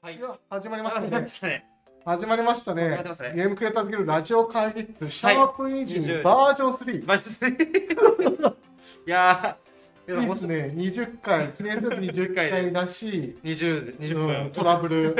はい。いわや始まりましかたりまね。したね。 始まりましたわかっねて。ますね。ゲームクリエイターズギルドラジオ会議室シャープ20、 20バージョン3。マジですね。いやー、皆いいさんで本す当にね、20回、記念すべき20回だし、 20、20うん分。トラブル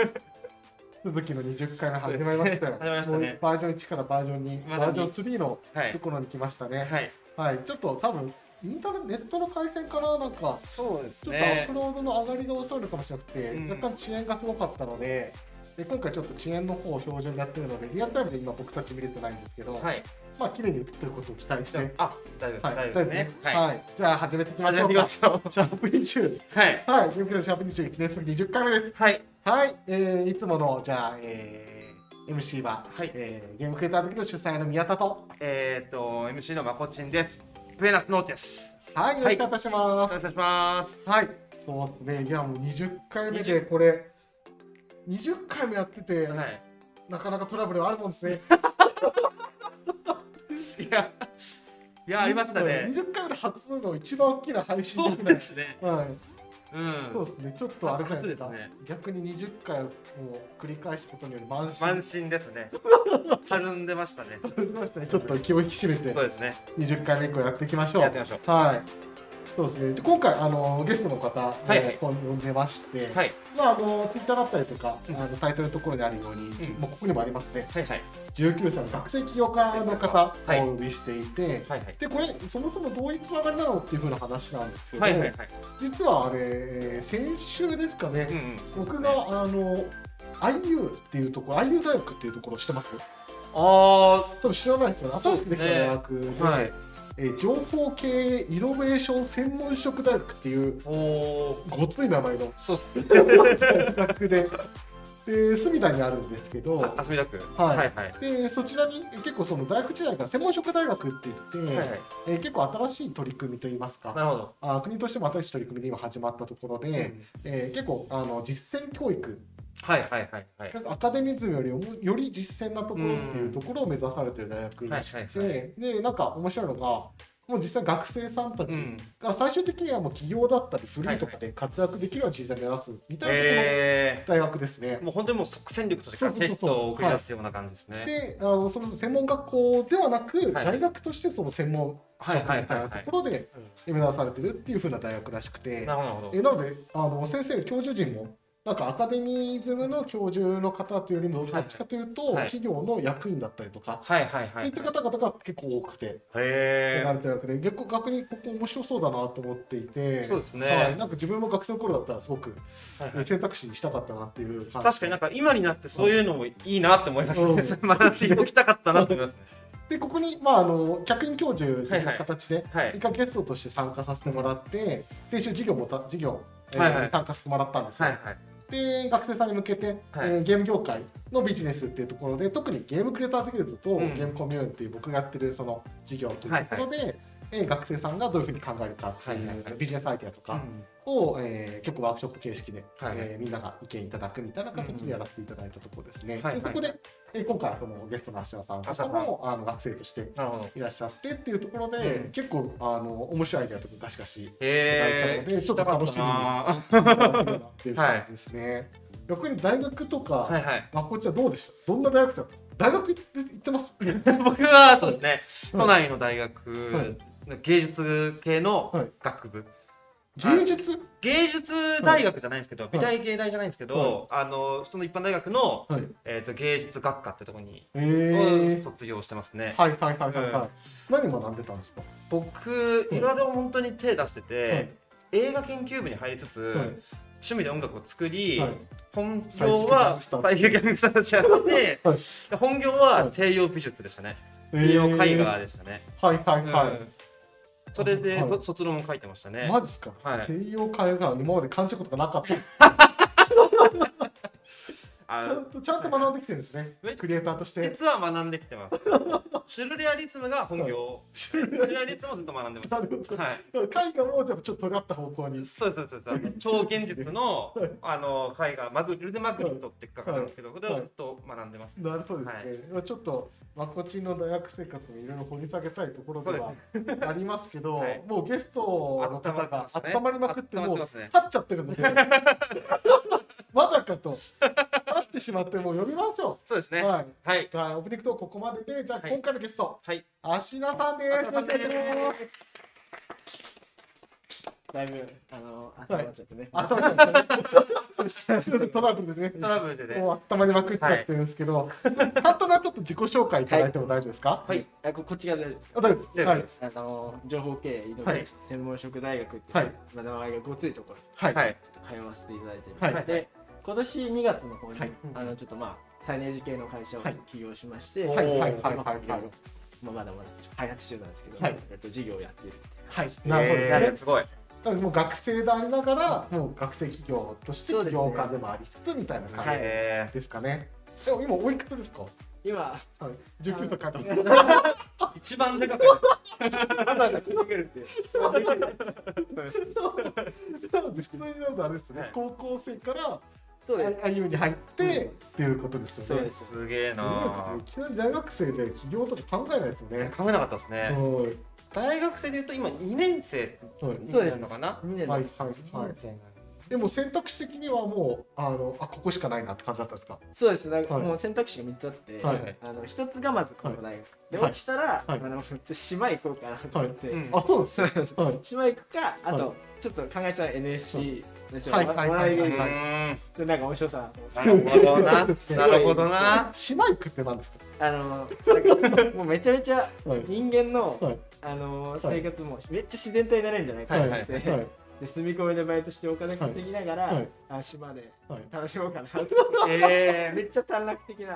続きの20回が始まりましたよ。始まりましたねもうバージョン1からバージョン2、まさバーにジョン3のはいと。ころに来ましたね。はい。はい、ちょっと多分、インターネットの回線からなんか、そうですちょっとアップ。ロードの上がりが遅いのかもしれなくて、うん若干遅延がすごかったのでで今回ちょっと遅延の方を標準でやってるのでリアルタイムで今僕たち見れてないんですけど、はい。まあ綺麗に映ってることを期待して、はいあ、大丈夫です。大丈夫ですね。はいはい。じゃあ始めていきま始しめょうていきかましょシャープ20う。はい。 はいということでシャープ20記念すべき20回目ですはい。はい、えー、いつものじゃあ、えー、MC は、はい。えー、ゲームクリエイターズギルド主催の宮田とえーっと、MC のまこっちんです。プエナスノーテです。はいよろしくお願いしまおす願いします。はい、そうですね。いや、もう20回目で、これ、20回もやってて、はい。なかなかトラブルはあるもんですね。いや、いや、ありましたね。 20回目で初の一番大きな配信そうできないで。すね。はい、うん。そうですね。ちょっとあれじゃないですか。初ですね逆に20回を繰り返したことにより満身満身です ね。たるんでましたね。になりましたね。ちょっと気を引き締めてそう、ですね。 20回目以降やっていきましょう。やってみましょはい。そうですね。で今回、あの、ゲストの方、いえー呼んでまして、う。はい。まあ、あの、ツイッターだったりとか、うんあのタイトルのところにあるように、うんもうここにもありますね。はいはい。 19歳の学生起業家の方はいをお呼びしていて、はいはい。でこれそもそもどういうつながりなのっていう風な話なんですけど、はいはいはい。実はあれ先週ですかね、ん、僕が、あの IU っていうところ IU 大学っていうところをしてますあ多分知らないですよね新しくできた大学で、あ、はい。えー情報経営イノベーション専門職大学っていうおお。ごつい名前のそうっすね。大学で で隅田にあるんですけどあ、墨田区。はいはいはい。でそちらに結構その大学時代から専門職大学って言って、はいはい。えー結構新しい取り組みといいますかなるほど。あ国としても新しい取り組みで今始まったところで、えー結構あの実践教育はいはいはいはい。アカデミズムよりもより実践なところっていうところを目指されてる大学はいらしはいくて、はい。でなんか面白いのがもう実際学生さんたちが最終的にはもう企業だったりフリーとかで活躍できるような人材を目指すみたいなとこえろの大学ですねえ。。もう本当にもう即戦力としてカチッと送り出すような感じですね。であのその専門学校ではなく、はい大学としてその専門は職いみたはいいはいなはといこ。ろで目指されてるっていう風な大学らしくて。なるほどなるほど。えなのであの先生教授陣もなんかアカデミズムの教授の方というよりもはいどはいっちかというと、はい企業の役員だったりとか、はいはいはい。そういった方々が結構多くて、へなるというわけで結構逆にここ面白そうだなと思っていえ。てそうですね。はい、なんか自分も学生の頃だったらすごくはいはい選択肢にしたかったなっていう感じ確かになんか今になってそういうのもいいなって思いますうね。んそれ学んでおきたかったなと思いますね。でここに、まあ、あの客員教授という形では一い。回ゲストとして参加させてもらって先週授業もた授業、えーはいはい参加させてもらったんですよはいはい。で学生さんに向けて、はいえーゲーム業界のビジネスっていうところで特にゲームクリエイターズギルドと、うんゲームコミュニティ僕がやってるその事業というところで、えー学生さんがどういうふうに考えるかっていう、はいはいはいビジネスアイデアとうかんを、えー結構ワークショップ形式で、はいはいえーみんなが意見いただくみたいな形でやらせていただいたところですね。んはいはいでそこで、えー今回はそのゲストの芦田さんとかもあの学生としてなるほど。いらっしゃってっていうところで、うん結構あの面白いアイデアとかガシガシ へえ。ちょっと楽しみにはっていう感じですね。逆に大学とか、いはい。まこっちはどうでしたどんな大学生だったんですか大学行って行ってます 僕はそうですね、はい都内の大学はいの芸術系のはい学部、 芸術芸術大学じゃないんですけど、い美大芸大じゃないんですけど、あの普通の一般大学の、はい。えー、と芸術学科ってとこに、えー、卒業してますね、はいはいはいはいはい。何学んでたんですか僕うんいろいろ本当に手出してて、はい映画研究部に入りつつ、はい趣味で音楽を作り、はい本業はサ最近ギャングスターじゃなくて はいで本業ははい西洋美術でしたね、え西洋ー絵画でしたね、はいはいはうんそれで、はい卒論を書いてましたねい。マジっすかはい西洋絵画今まで感じたことがなかった。ちあ ゃんとちゃんと学んできてるんですねめっ。ちゃクリエイターとして。実は学んできてます。シュルレアリスムが本業。 知らシなュルいレアリスムをずっと学んでまなるす。はい。ほど。絵画もじゃあちょっと尖った方向に。そうですそうですそうです。超現実のはいあの絵画マグルデマグリットって画家なんですけど、これをはいずっと学んでましなるほどですね。ちょっと、まこちの大学生活もいろいろ掘り下げたいところではありますけど、はいもうゲストた。の方が温温まりまくって、温まもってますう立ね。っちゃってるので、 まだかとなってしまってもう呼びましょそうですう、ね。はいはい。はい、オープニングトークここまででじゃあはい今回のゲスト、はい。芦名さんです芦名さんですだいぶ、あの、温まっちゃってね。あ温まっちゃいましたねちゃちょっとトラブルでねトラブルでね。もう温まりまくっちゃってるんですけど、簡単なちょっと自己紹介いただいても大丈夫ですか、はい。あ、ここっちがね、あ大丈夫です大は丈夫いです。あの、情報系移動はい専門職大学って、はい、まあ、名前がごついところ、はいはい。通わせていただいてる。はいで、今年2月の方に、はいあの、ちょっと、まあ、サイネージ系の会社をはい起業しまして。おはいはいはいーはいまあはいまあ、まだまだ開発中なんですけど、はいえっと、事業をやっている。はいなるほど、えーねすごい。だからもう学生でありながらもう学生企業としてそうです企ね業家でもありつつみたいな感はいえじですかね、でも今おいくつですか今、はい19とか 一番高く。 まだ出てくるっていう。普通になんかあれですね、はい高校生からそうです。ああいうに入って、っていうことですよね。そうーですすげえすごいですなねいきなり大学生で起業とか考えないですよね。考えなかったですね。はい大学生で言うと今2年生はいになるのかな二年のはいはいはい。でも選択肢的にはもうあのあここしかないなって感じだったんですか。そうですなんかはいもう選択肢が3つあって、はいあの1つがまずこの大学、ではい落ちたら、はいあのちょっと島行こうかなと思って、はいうんあそうなんです。そうなんですはい島行くかあと、はちょっと考えてた NSC の人はいはいはいうんはういはないんんか面白さなるほどな。すごないるほどな。島行くってなんですか。あのなんかもうめちゃめちゃはい人間の、はいあのはい生活もめっちゃ自然体になれるんじゃないかはいと思はっいて、はいはいで住み込みでバイトしてお金稼ぎながら、はいあ島ではい。楽しもうかなとえめっちゃ短絡的ない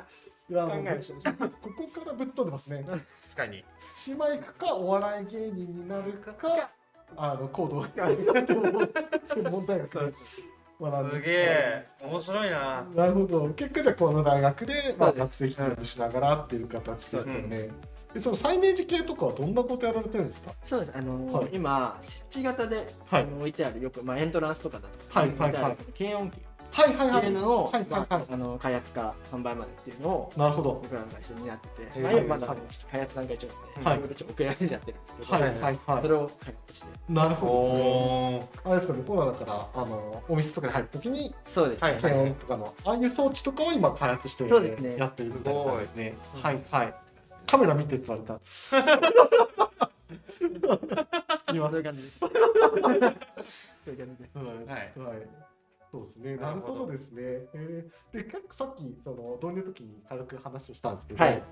や考もうえをしてました。ここからぶっ飛んでますね。ー確かに。島行くかお笑い芸人になるかあの行動専門大学そうでです学んですげえ。面白いな。なるほど。結果じゃあこの大学で、まあ、そう学生企業しながらっていう形ですよね。でそのサイネージ系とかはどんなことやられてるんですか。そうです。あのーはい今設置型で、はいあの置いてあるよくまあエントランスとかだとか、はいはいはい置てある軽音機はいはいっはてい。いうのを、はいはいはいまああの開発から販売までっていうのをなるほど。僕らの会社に担ってて、へーまあ、今まだはい開発段階中なんで、はいいろいろちょっと遅れられちゃってるんですけど、はいはいはそれを開発して、い。なるほおー。ど。あれですよね、コロナだから、あの、お店とかに入るときに、そうです。はい検温とかの、ああいう装置とかを今開発してそうですねやっているみたいな感じですね。すごはいはい。カメラ見てって言われた。今そういう感じです。そういう感じです。はい、はいそうですね。ななるるほほどどですね。えーで、結構さっき、その導入の時に軽く話をしたんですけど、はい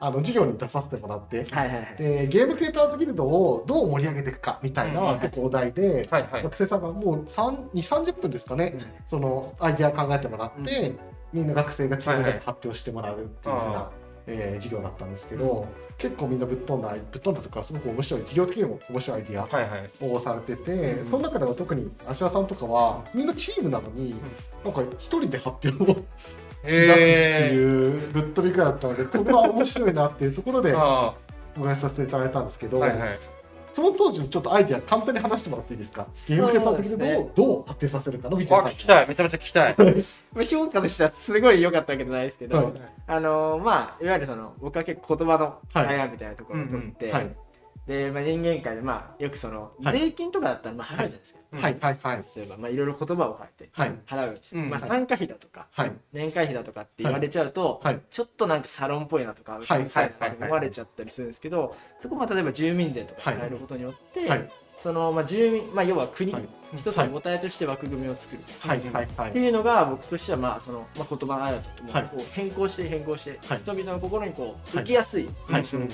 あの授業に出させてもらって、はいはいはい。でゲームクリエイターズギルドをどう盛り上げていくかみたいうんうなん結構お題で、はいはい。学生さんがもう3 2、30分ですかね、うんそのアイデア考えてもらって、みんな学生がチームはいはでい発表してもらうっていうふうあな、あえー授業だったんですけど、結構みんなぶっ飛んだ、ぶっ飛んだとか、すごく面白い、企業的にも面白いアイデアはいはい。をされてて、うんその中では特に芦田さんとかはみんなチームなのに、なんか一人で発表を出すってえいうぶっ飛び会だったので、これは面白いなっていうとこ ろでー。あお伺いさせていただいたんですけあ。ど、はいはい。その当時のちょっとアイディア簡単に話してもらっていいですかそゲうーですムねクリエイター的にどうどう発展させるかの道あ、聞枝きたい。めちゃめちゃ聞きたい。まあ、評価としてはすごい良かったわけじゃないですけど、はいあのーまあいわゆるその僕は結構言葉のはい悩みみたいなところを取って、うんうんはいで、まあ、人間界でまあよくそのはい税金とかだったらまあ払うじゃないですか、さんはいはいはい例えばまあいろいろ言葉を変えてはい払う、うんまあ、はい参加費だとかはい年会費だとかって言われちゃうと、はいはいちょっとなんかサロンっぽいなとかうさんくさいなとか思われちゃったりするんですけど、そこまあ例えば住民税とか変えることによって、はいその、まあ、住民、まあ、要は国、はい一つの母体として枠組みを作る。はいはいはっていいうのが僕としてはまあその、まあ、言葉のあやともはいこう変更して変更して、はい人々の心にこうはい受けやすいはい印象を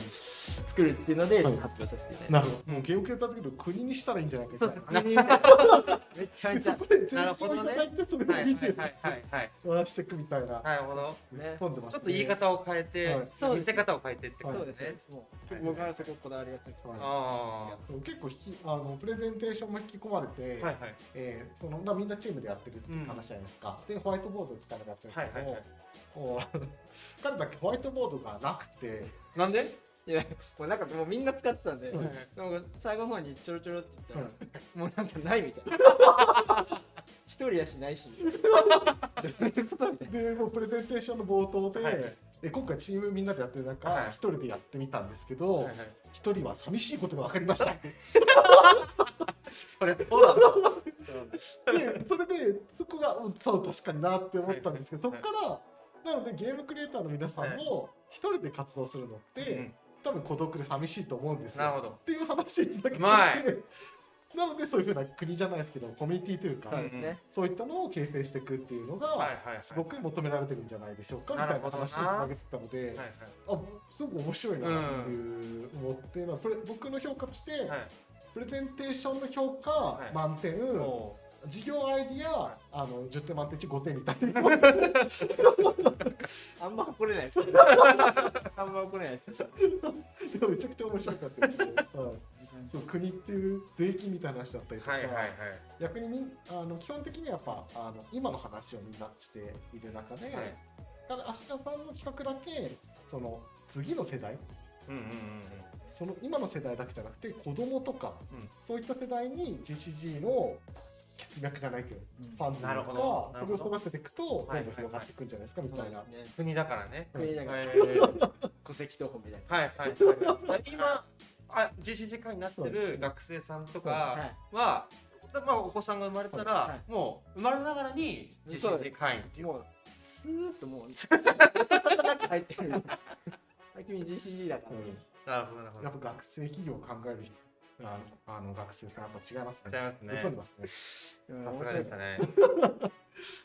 作るっていうので、はい発表させていたなだいて、るほどもうゲームクリエイター的に国にしたらいいんじゃないかみたいそうなです国にめちゃめちそゃこで全なる然ほどをいたねだいてそれではいはいビジネはいはいはい。スを回していくみたいななるほど。ね飛んでますちょねっと言い方を変えてはい、そう見せ方を変えてってこそとうでですすねね。もうはい僕はそここだわりが強くてはいあ結構引きあのプレゼンテーションも引き込まれて、あ。はいはい。えーそのまあみんなチームでやってるっていう話じゃないですか、でホワイトボードを使ってやってるんですけど、はいはいはいこう彼だけホワイトボードがなくてなんでいやもうなんかもうみんな使ってたんで、はいなんか最後の方にちょろちょろって言ったら、もうなんかないみたいな一人やしないしどういうことみたいなでもうプレゼンテーションの冒頭で、はいえ今回チームみんなでやってる中一、はい人でやってみたんですけどはい一、はい人は寂しいことが分かりましたってそれそうだなでそれでそこがうんそう確かになって思ったんですけど、はいそこからなのでゲームクリエイターの皆さんも一人で活動するのって、うん多分孤独で寂しいと思うんですよ。なるほどっていう話につなげてうまいいく なのでそういうふうな国じゃないですけどコミュニティというか、そうですね。そういったのを形成していくっていうのはいがはいはいすごく求められてるんじゃないでしょうかみなたるいほなどな話につなげてたので、はいあすごく面白いなっていう思って、まあ、プレ僕の評価として、はいはいプレゼンテーションの評価、い満点お事業アイディアあの10点満点中5点みたい なあんま怒れないです。あんま怒れないです。でもめちゃくちゃ面白かったです、ねはい、そう国っていう税金みたいな話だったりとか、はいはいはい逆にみんあの基本的にはやっぱあの今の話をみんなしている中で、はいただ芦田さんの企画だけその次の世代うんうんその今の世代だけじゃなくて子供とか、うんそういった世代に GCG の血脈じゃないけどファンとなるほどかそれを育てていくとなどるほどんどん広がっていくんじゃないですかみたいな。ね。うん国だからね国だからへー戸籍謄本みたいはいはいはい今あ GCG 会になってる学生さんとな。かはい。は、まあ、お子さんが生まれたら、はいはいもう生まれながらにそ GCG うで会員っていうもう、スーッ ともう、だけ入ってる。君 GCD だかうんなるほどなるほやどっぱ学生企業を考える人あのあの学生さんやっぱ違いますちゃいね。ますねわかりますね。ら。さすがでしたね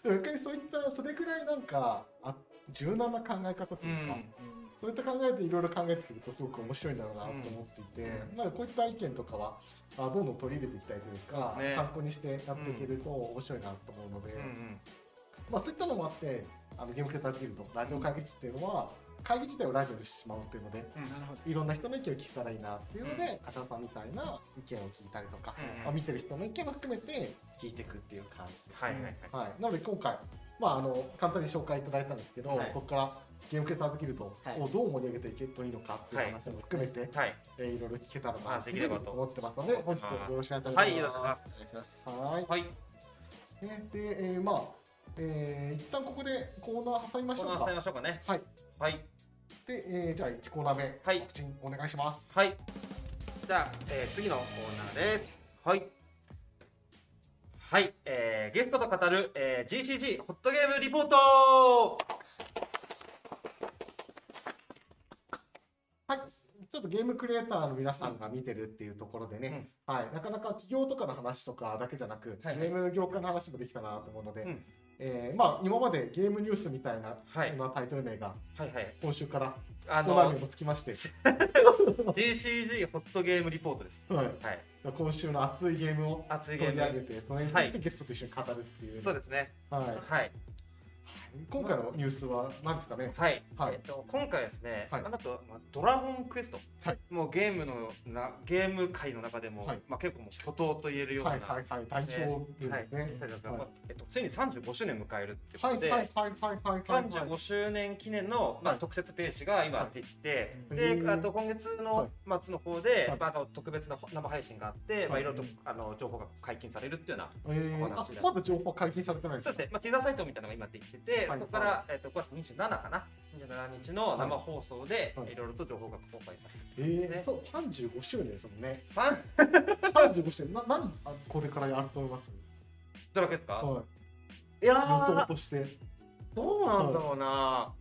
でも逆にそういったそれぐらいなんかあ柔軟な考え方とういうか、んそういった考えでいろいろ考えてくるとすごく面白いんだろうなとうん思っていて、うんまあ、こういった意見とかはあどんどん取り入れていきたいというか、ね参考にしてやっていけると面白いなと思うので、うんうんまあ、そういったのもあってあのゲームクリエイターズギルドラジオ会議室っていうのは会議自体をラジオにしてしまうっていうのでうんなるほど。いろんな人の意見を聞けたらいいなっていうので、柏さんみたいな意見を聞いたりとか、うんまあ、見てる人の意見も含めて聞いていくっていう感じですね。はいはいはいはい、なので今回、まあ、あの簡単に紹介いただいたんですけど、はいここからゲームクリエイターズギルドをはいどう盛り上げていけるといいのかっていう話も含めて、いはいえーいろいろ聞けたらなあとでいきうれふうばにと思ってますので本日はよろしくお願いいたします。はいよろしくお願いしますお願いします。はいはいねで、えーまあえー一旦ここでコーナー挟みましこょのう話しか。ましょうかねはいはいで、えーじゃあ1コーナー目、はい告知お願いします。はいじゃあ、えー次のコーナーですはいはい、えーゲストと語る、えー GCG ホットゲームリポートはい、ちょっとゲームクリエイターの皆さんが見てるっていうところでね、はい、なかなか企業とかの話とかだけじゃなく、はいはいゲーム業界の話もできたなと思うので、うんえーまあ、今までゲームニュースみたいな,、はいなタイトル名がはいはい今週からあコナのミもつきまして、 GCG ホットゲームリポートですはい、はい今週の熱いゲームを熱い取ゲりー上ムげて、それについてゲストと一緒に語るっていう,、そうですねはい、はい今回のニュースは何ですかね、はい、はいえっと、今回はですね、はいあなたはまあドラゴンクエスト、はいもうゲームのなゲーム界の中でも、はいまあ、結構もう巨頭と言えるような、はいはいはい、代表っていうんですね。タイトルですがはいまあえっと、ついに35周年迎えるっていうこはといで、はいはいはいはいはいはい。 35周年記念の、まあ、はい特設ページが今はいできて、うんへでーあと今月はの末の方で、はいまあ、あの特別な生配信があって、いまあ、いろいろとあの情報が解禁されるっていうようなえー、あまだ情報解禁されてないんでそすうかですね、まあ、ティザーサイトみたいなのが今できてて、はいそこから、えっと5月27かな、27日の生放送で、はいい、ろいろと情報が公開される。ええねそう、三十五周年ですもんね。三三十五周年、な、 何、あ、これからやると思います。ドラクエですかはいやい。予ー想として。どうなんだろうな、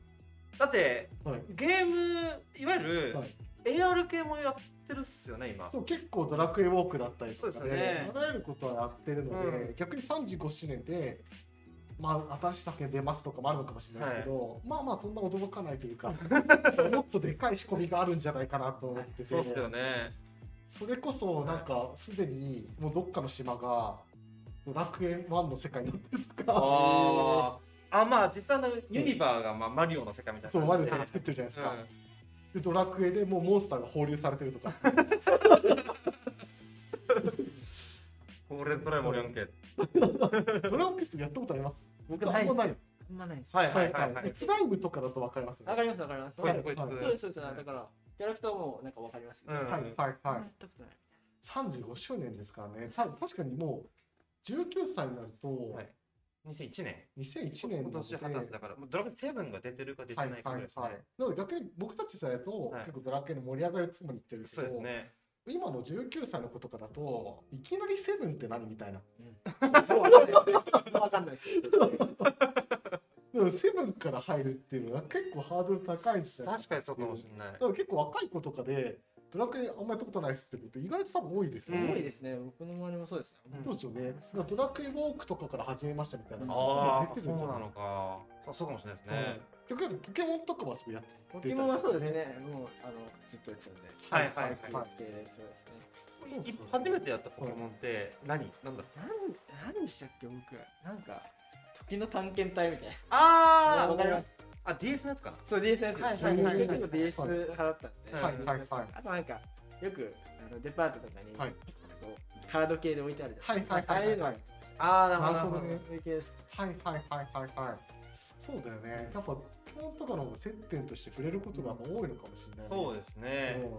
だってはい。ゲームいわゆる、はい AR 系もやってるっすよね今そう、結構ドラクエウォークだったりとか、そうですよねあらゆることはやってるので、逆に三十五周年で。まあ、新しい作品出ますとかもあるのかもしれないですけど、まあまあそんな驚かない というかもっとでかい仕込みがあるんじゃないかなと思っててそうっすよねそれこそなんかすでにもうどっかの島がドラクエ1の世界になってるんですかあーあまあ実際のユニバーが、まあ、マリオの世界みたいなそう、マ感じリオとでか作ってるじゃないですか。うんで、ドラクエでもうモンスターが放流されてるとか。 これドラえもんやんけドラゴンクエストやったことあります僕ないあんまない。あんまないです。はいははいいははいいははい。いスライムとかだとわかりますよね。わかりますわかります。こいつはこいいつはいそうですそうです。だから、キャラクターもなんかわかりますけうど。んはいはいやはいっ。たことない。 35周年ですからね。さ確かにもう19歳になるとはい2001年2001年今なの年で。二十歳だから、もうドラゴンセブンが出てるか出てはいなはいいかぐらいですね。はい。なので逆に僕たち世代だとはい結構ドラクエの盛り上がりつもりってるけそうどです、ね。今の19歳の子とかだと、いきなりセブンって何みたいな。そうわかんないです。わかんないです。でもセブンから入るっていうのは結構ハードル高いんですよ。確かにそうかもしれないだから結構若い子とかで、ドラクエあんまりやったことないですってこと意外と多分多いですようん多いね。ですね。僕の周りもそうですね。そうですよね。だからドラクエウォークとかから始めましたみたいな。ああ出てそるうんじゃないのかそうそうかもしれないですはねい、結局ポケモンとかはすごいやってポケモンはそうですね。もうあのずっとやってたんで。はいはいはいパイプ系でそうですね。そうそうい初めてやったポケモンって何なんだなんなんでしたっけ僕なんか時の探検隊みたいな。あわかります。あ DS のやつかなそう DS のやつはいはいはいはい結構 DS 派だったんで。はいはいはいあとなんかよくあのデパートとかに、はいこうカード系で置いてあるじゃないですか。はいはいはいはいああいうのああなるほどねそういう系です。はいはいはいはいはい。そうだよね。やっぱポケモンとかの方が接点として触れることがやっぱ多いのかもしれないね、そうですねうんポ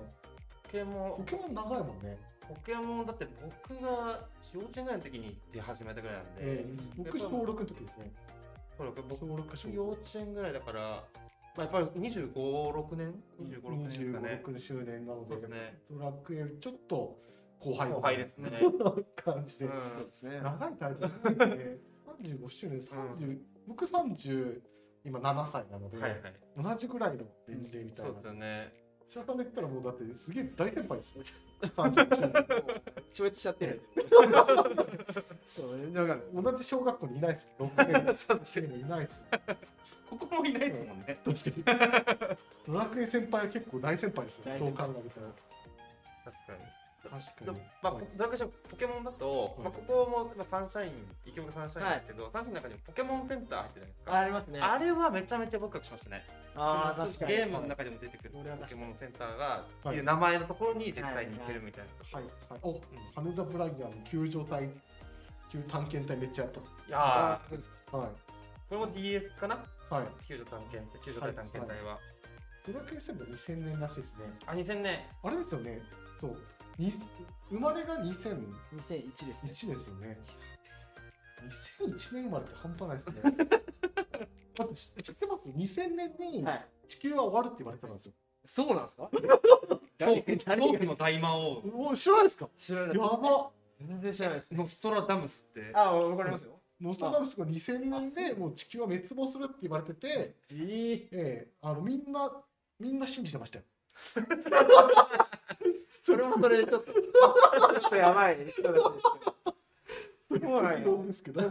ケモポンケモン長いもんね。ポケモンだって僕が幼稚園ぐらいの時に出始めたぐらいなんで、僕小6の時ですね。そうだ小僕6か小幼稚園ぐらいだから、まあ、やっぱり25、6年 ?25、6年ですかね。 26周年なのそうでですねドラクエよりちょっと後輩後輩ですね。うん、感じで、そうですね。長いタイトルですね35周年30、僕30今7歳なので、はいはい。同じぐらいの年齢みたいそなうですよね。白田さんで言ったらもうだってすげえ大先輩ですよ35周年超越しちゃってる。そう全然わかんない。同じ小学校にいないです6年そう1年いないですここもいないですもんね。確かにドラクエ先輩は結構大先輩ですよ大どう先考輩えたら確かに。で確かもに、まあ、ポドラクエショップポケモンだと、うんまあ、ここもまあサンシャイン、池袋サンシャインですけど、サンシャインの中にポケモンセンター入ってるじゃないあですか。ありますね。あれはめちゃめちゃ僕はしましたね。あー確かに。ゲームの中でも出てくる俺はポ確ケかにモンセンターが、はいい、う名前のところに絶対に行けるみたいな。はいはいお、羽田ブライアン救助隊救探検隊めっちゃやっいやあそうですたはいー、これも DS かなはい救助探検隊、救助隊探検隊は。ドラクエ7は2000年らしいですねあ、2000年。あれですよねそうに生まれが2001 2001ですね年。ですよね2001年生まれって半端ないですね だって知知ってます2000年にはい。地球は終わるって言われてたんですよ、そうなんですか？フォ 誰ー誰クがの大魔王、もう知らないですか知らなやい。ば全然知らないですね。ノストラダムスって。あわかりますよ。ノストラダムスが2000年でもう地球は滅亡するって言われてて、えーええあのみんなみんな信じてま したよそれもそれでちょっとちょっとやばい人たちですけど。そうなんやなんですけど、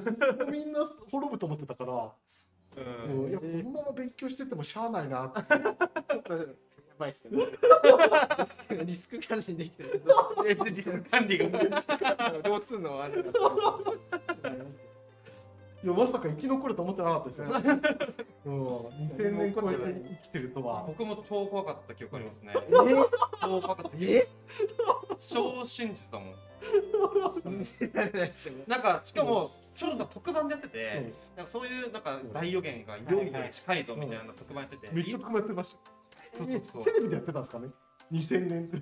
みんな滅ぶと思ってたから、う うんん いやこのまま勉強しててもしゃあないなって、ちょっとやばいっすね。リスク管理できてるけど。レスリスク管理が難しい。どうすんのはあるいやまさか生き残ると思ってなかったですよ。うん、2000年超えて生きてるとは。僕も超怖かった記憶ありますね。超怖かった。え超信じてたもん。信じられないですけど。なんか、しかも、ちょうど特番でやってて、うんなんかそういうなんか大予言がいよいよ近いぞみたいな特番やってて、めっちゃい含まれてました。そうそうそうテレビでやってたんですかね。2000年って。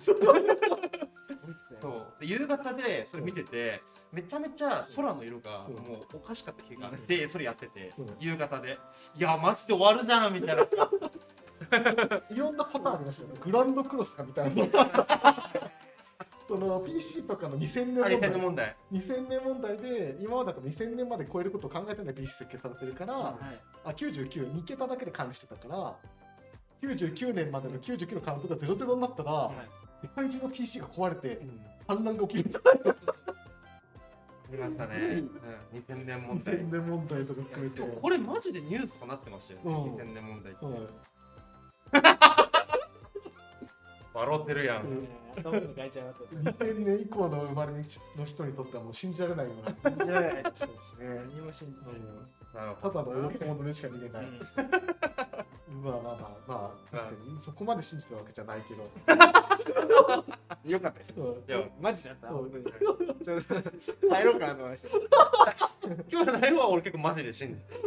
そうで夕方でそれ見てて、めちゃめちゃ空の色がうんもうおかしかった日があって、それやっててうん、夕方で、いや、マジで終わるなみたいな、 いろんなパターンありましたよね。グランドクロスかみたい な。その PC とかの2000年あれ、変な問題問題。 2000年問題で今はだから2000年まで超えることを考えてない PC 設計されてるから、あ99、2桁だけで管理してたから、99年までの99のカウントが00になったら、世界中の PC が壊れて、反乱が起きるとか、ありましたね、うん、2000年問題2000。年問題とか含めて。でもこれマジでニュースとかなってましたよね、うん2000年問題って。はい笑ってるやうんん。頭に書いちゃいますよ。 2000年以降の生まれの人にとってはもう信じられないような。信じられないです。ね何も信じななるたほだどの大物にしか逃げない。まあまあまあまあ、確かにそこまで信じてるわけじゃないけど。い。よかったです。うんいや、マジだった。そう本当にちょっと耐えろうかなと思いました。今日の内容は俺結構マジで信じてる。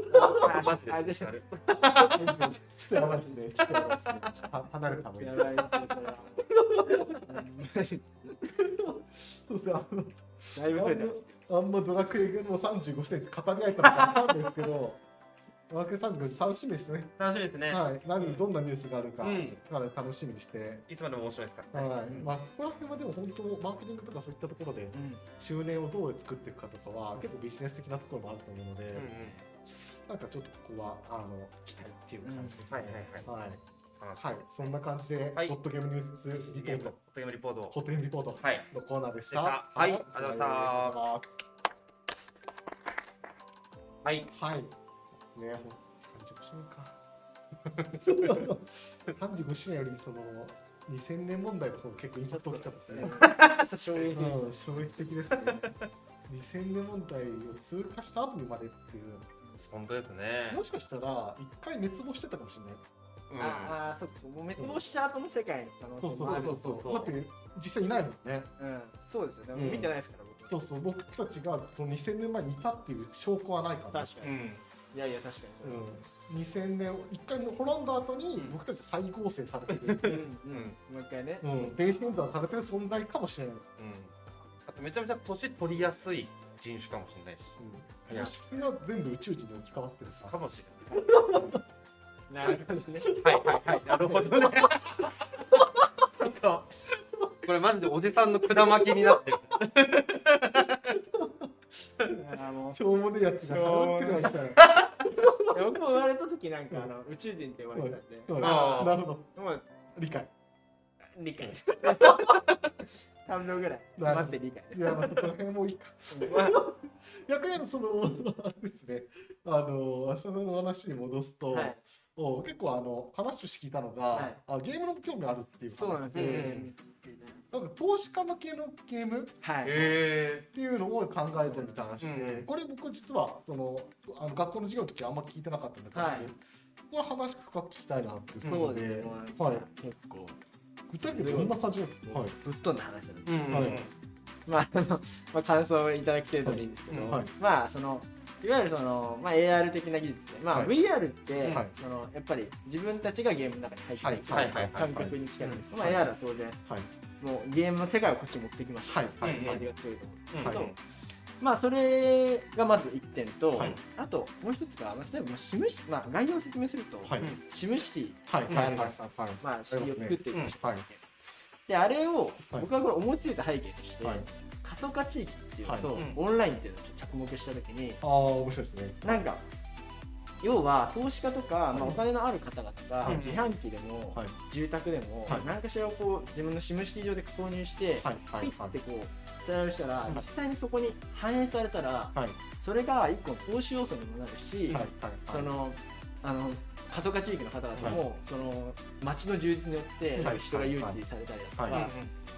マジであ信でじしてょる。ちょっとやばいですね。ちょっとやばいですね。ちょっと離れた方がいいや。ばいですね、そうですね。あのそれは。だいぶ増えてましあんまドラクエの35歳って語り合えたのかわかんないですけど、 ワーク産業に楽しみですね。楽しみですね。はい、何どんなニュースがあるか、うんだから楽しみにして。いつまでも面白いですから。はい、うんまあ、ここら辺はでも本当マーケティングとかそういったところでうん周年をどう作っていくかとかは結構ビジネス的なところもあると思うので、うんうん。なんかちょっとここはあの期待っていう感じですはねいはいはい。はい、楽しはい、そんな感じで、はいホットゲームニュースみリポート、お手紙リポートを。ホットゲームリポートはい。のコーナーでしでた。したはいおありがとうございまし疲れ様でたはい。すはい、ね、ほん35周年か。35周年よりその2000年問題の方が結構インパクト大きかったですね。衝撃的うん衝撃的ですね。2000年問題を通過した後に生まれっていう、本当ですねも。しかしたら一回滅亡してたかもしれない。うんああ、そうそう、もう滅亡した後の世界だなとそう思そうまあそうそうそそうう。だって実際いないもんね。うん、そうですよね。うん見てないですから、僕。そうそう、僕たちがその2000年前にいたっていう証拠はないから。確かうに。ん。いやいや、確かにそう。うん、2000年、一回滅んだ後にうん僕たちは再合成されてる、うんうんもう一回ね。うん、電子分断されてる存在かもしれない。うん。あとめちゃめちゃ年取りやすい人種かもしれないし。いうん、や物質が全部宇宙人に置き換わってるかさ。もしなるほどれなね。い。はいはいはい。なるほどね。ちょっと。これマジでおじさんのくだ巻きになってる。あの、しょうもねえやつじゃん。払ってるわけだよ。僕も生まれた時なんか、あの、宇宙人って言われてたんで。うんあーなるほど。もう、理解。理解です。3秒ぐらい。なるほど待って理解いや、まあ、そこら辺もいいか。で逆に言えばその、あれですね、あの、明日の話に戻すす。と、はい。お結構あの、話として聞いたのが、はいあ、ゲームの興味あるっていう話そうなんですようんう。うんなんか投資家向けのゲームはい。へっていうのを考えてみた話で、うんこれ僕実はそのあの学校の授業の時はあんま聞いてなかったんで、はい確かにこれ話深く聞きたいなってすそごういですね。はい結構、具体的にどんな感じなんですかはいぶっ飛んだ話なんでえ。うんはいまあ、あの、まあ、感想をいただけてるといいんですけど、うんはいまあ、その、いわゆるその、まあ、AR 的な技術で、まあ、はい VR って、はいその、やっぱり自分たちがゲームの中に入っていく、はいはいはい感覚に近いんですけど、はいまあ、AR は当然、はいもうゲームの世界をこっちに持ってきました。はいはいうん感じが強いと思うんですけはいど、まあ、それがまず1点と、はいあと、もう一つが、まあ、例えば、まあ、シムシ、まあ、概要を説明すると、はいシムシティ、はいはいはいはいはいまあ、シティを作っていきましょうはいで、あれを、はい僕はこれ思いついた背景として、はい仮想化地域っていうのと、はいうんオンラインっていうのをちょっと着目した時にああ面白いですねなんか要は投資家とか、いまあ、お金のある方々が、はい自販機でも、はい住宅でも、はい何かしらをこう自分のシムシティ上で購入して、はいはいピはッていこうスライドしたら、い実際にそこに反映されたらはいそれが一個の投資要素にもなるし、はいはいそのあの過疎化地域の方々も、その街の充実によってはい人が誘致されたりだとか、はいうんうん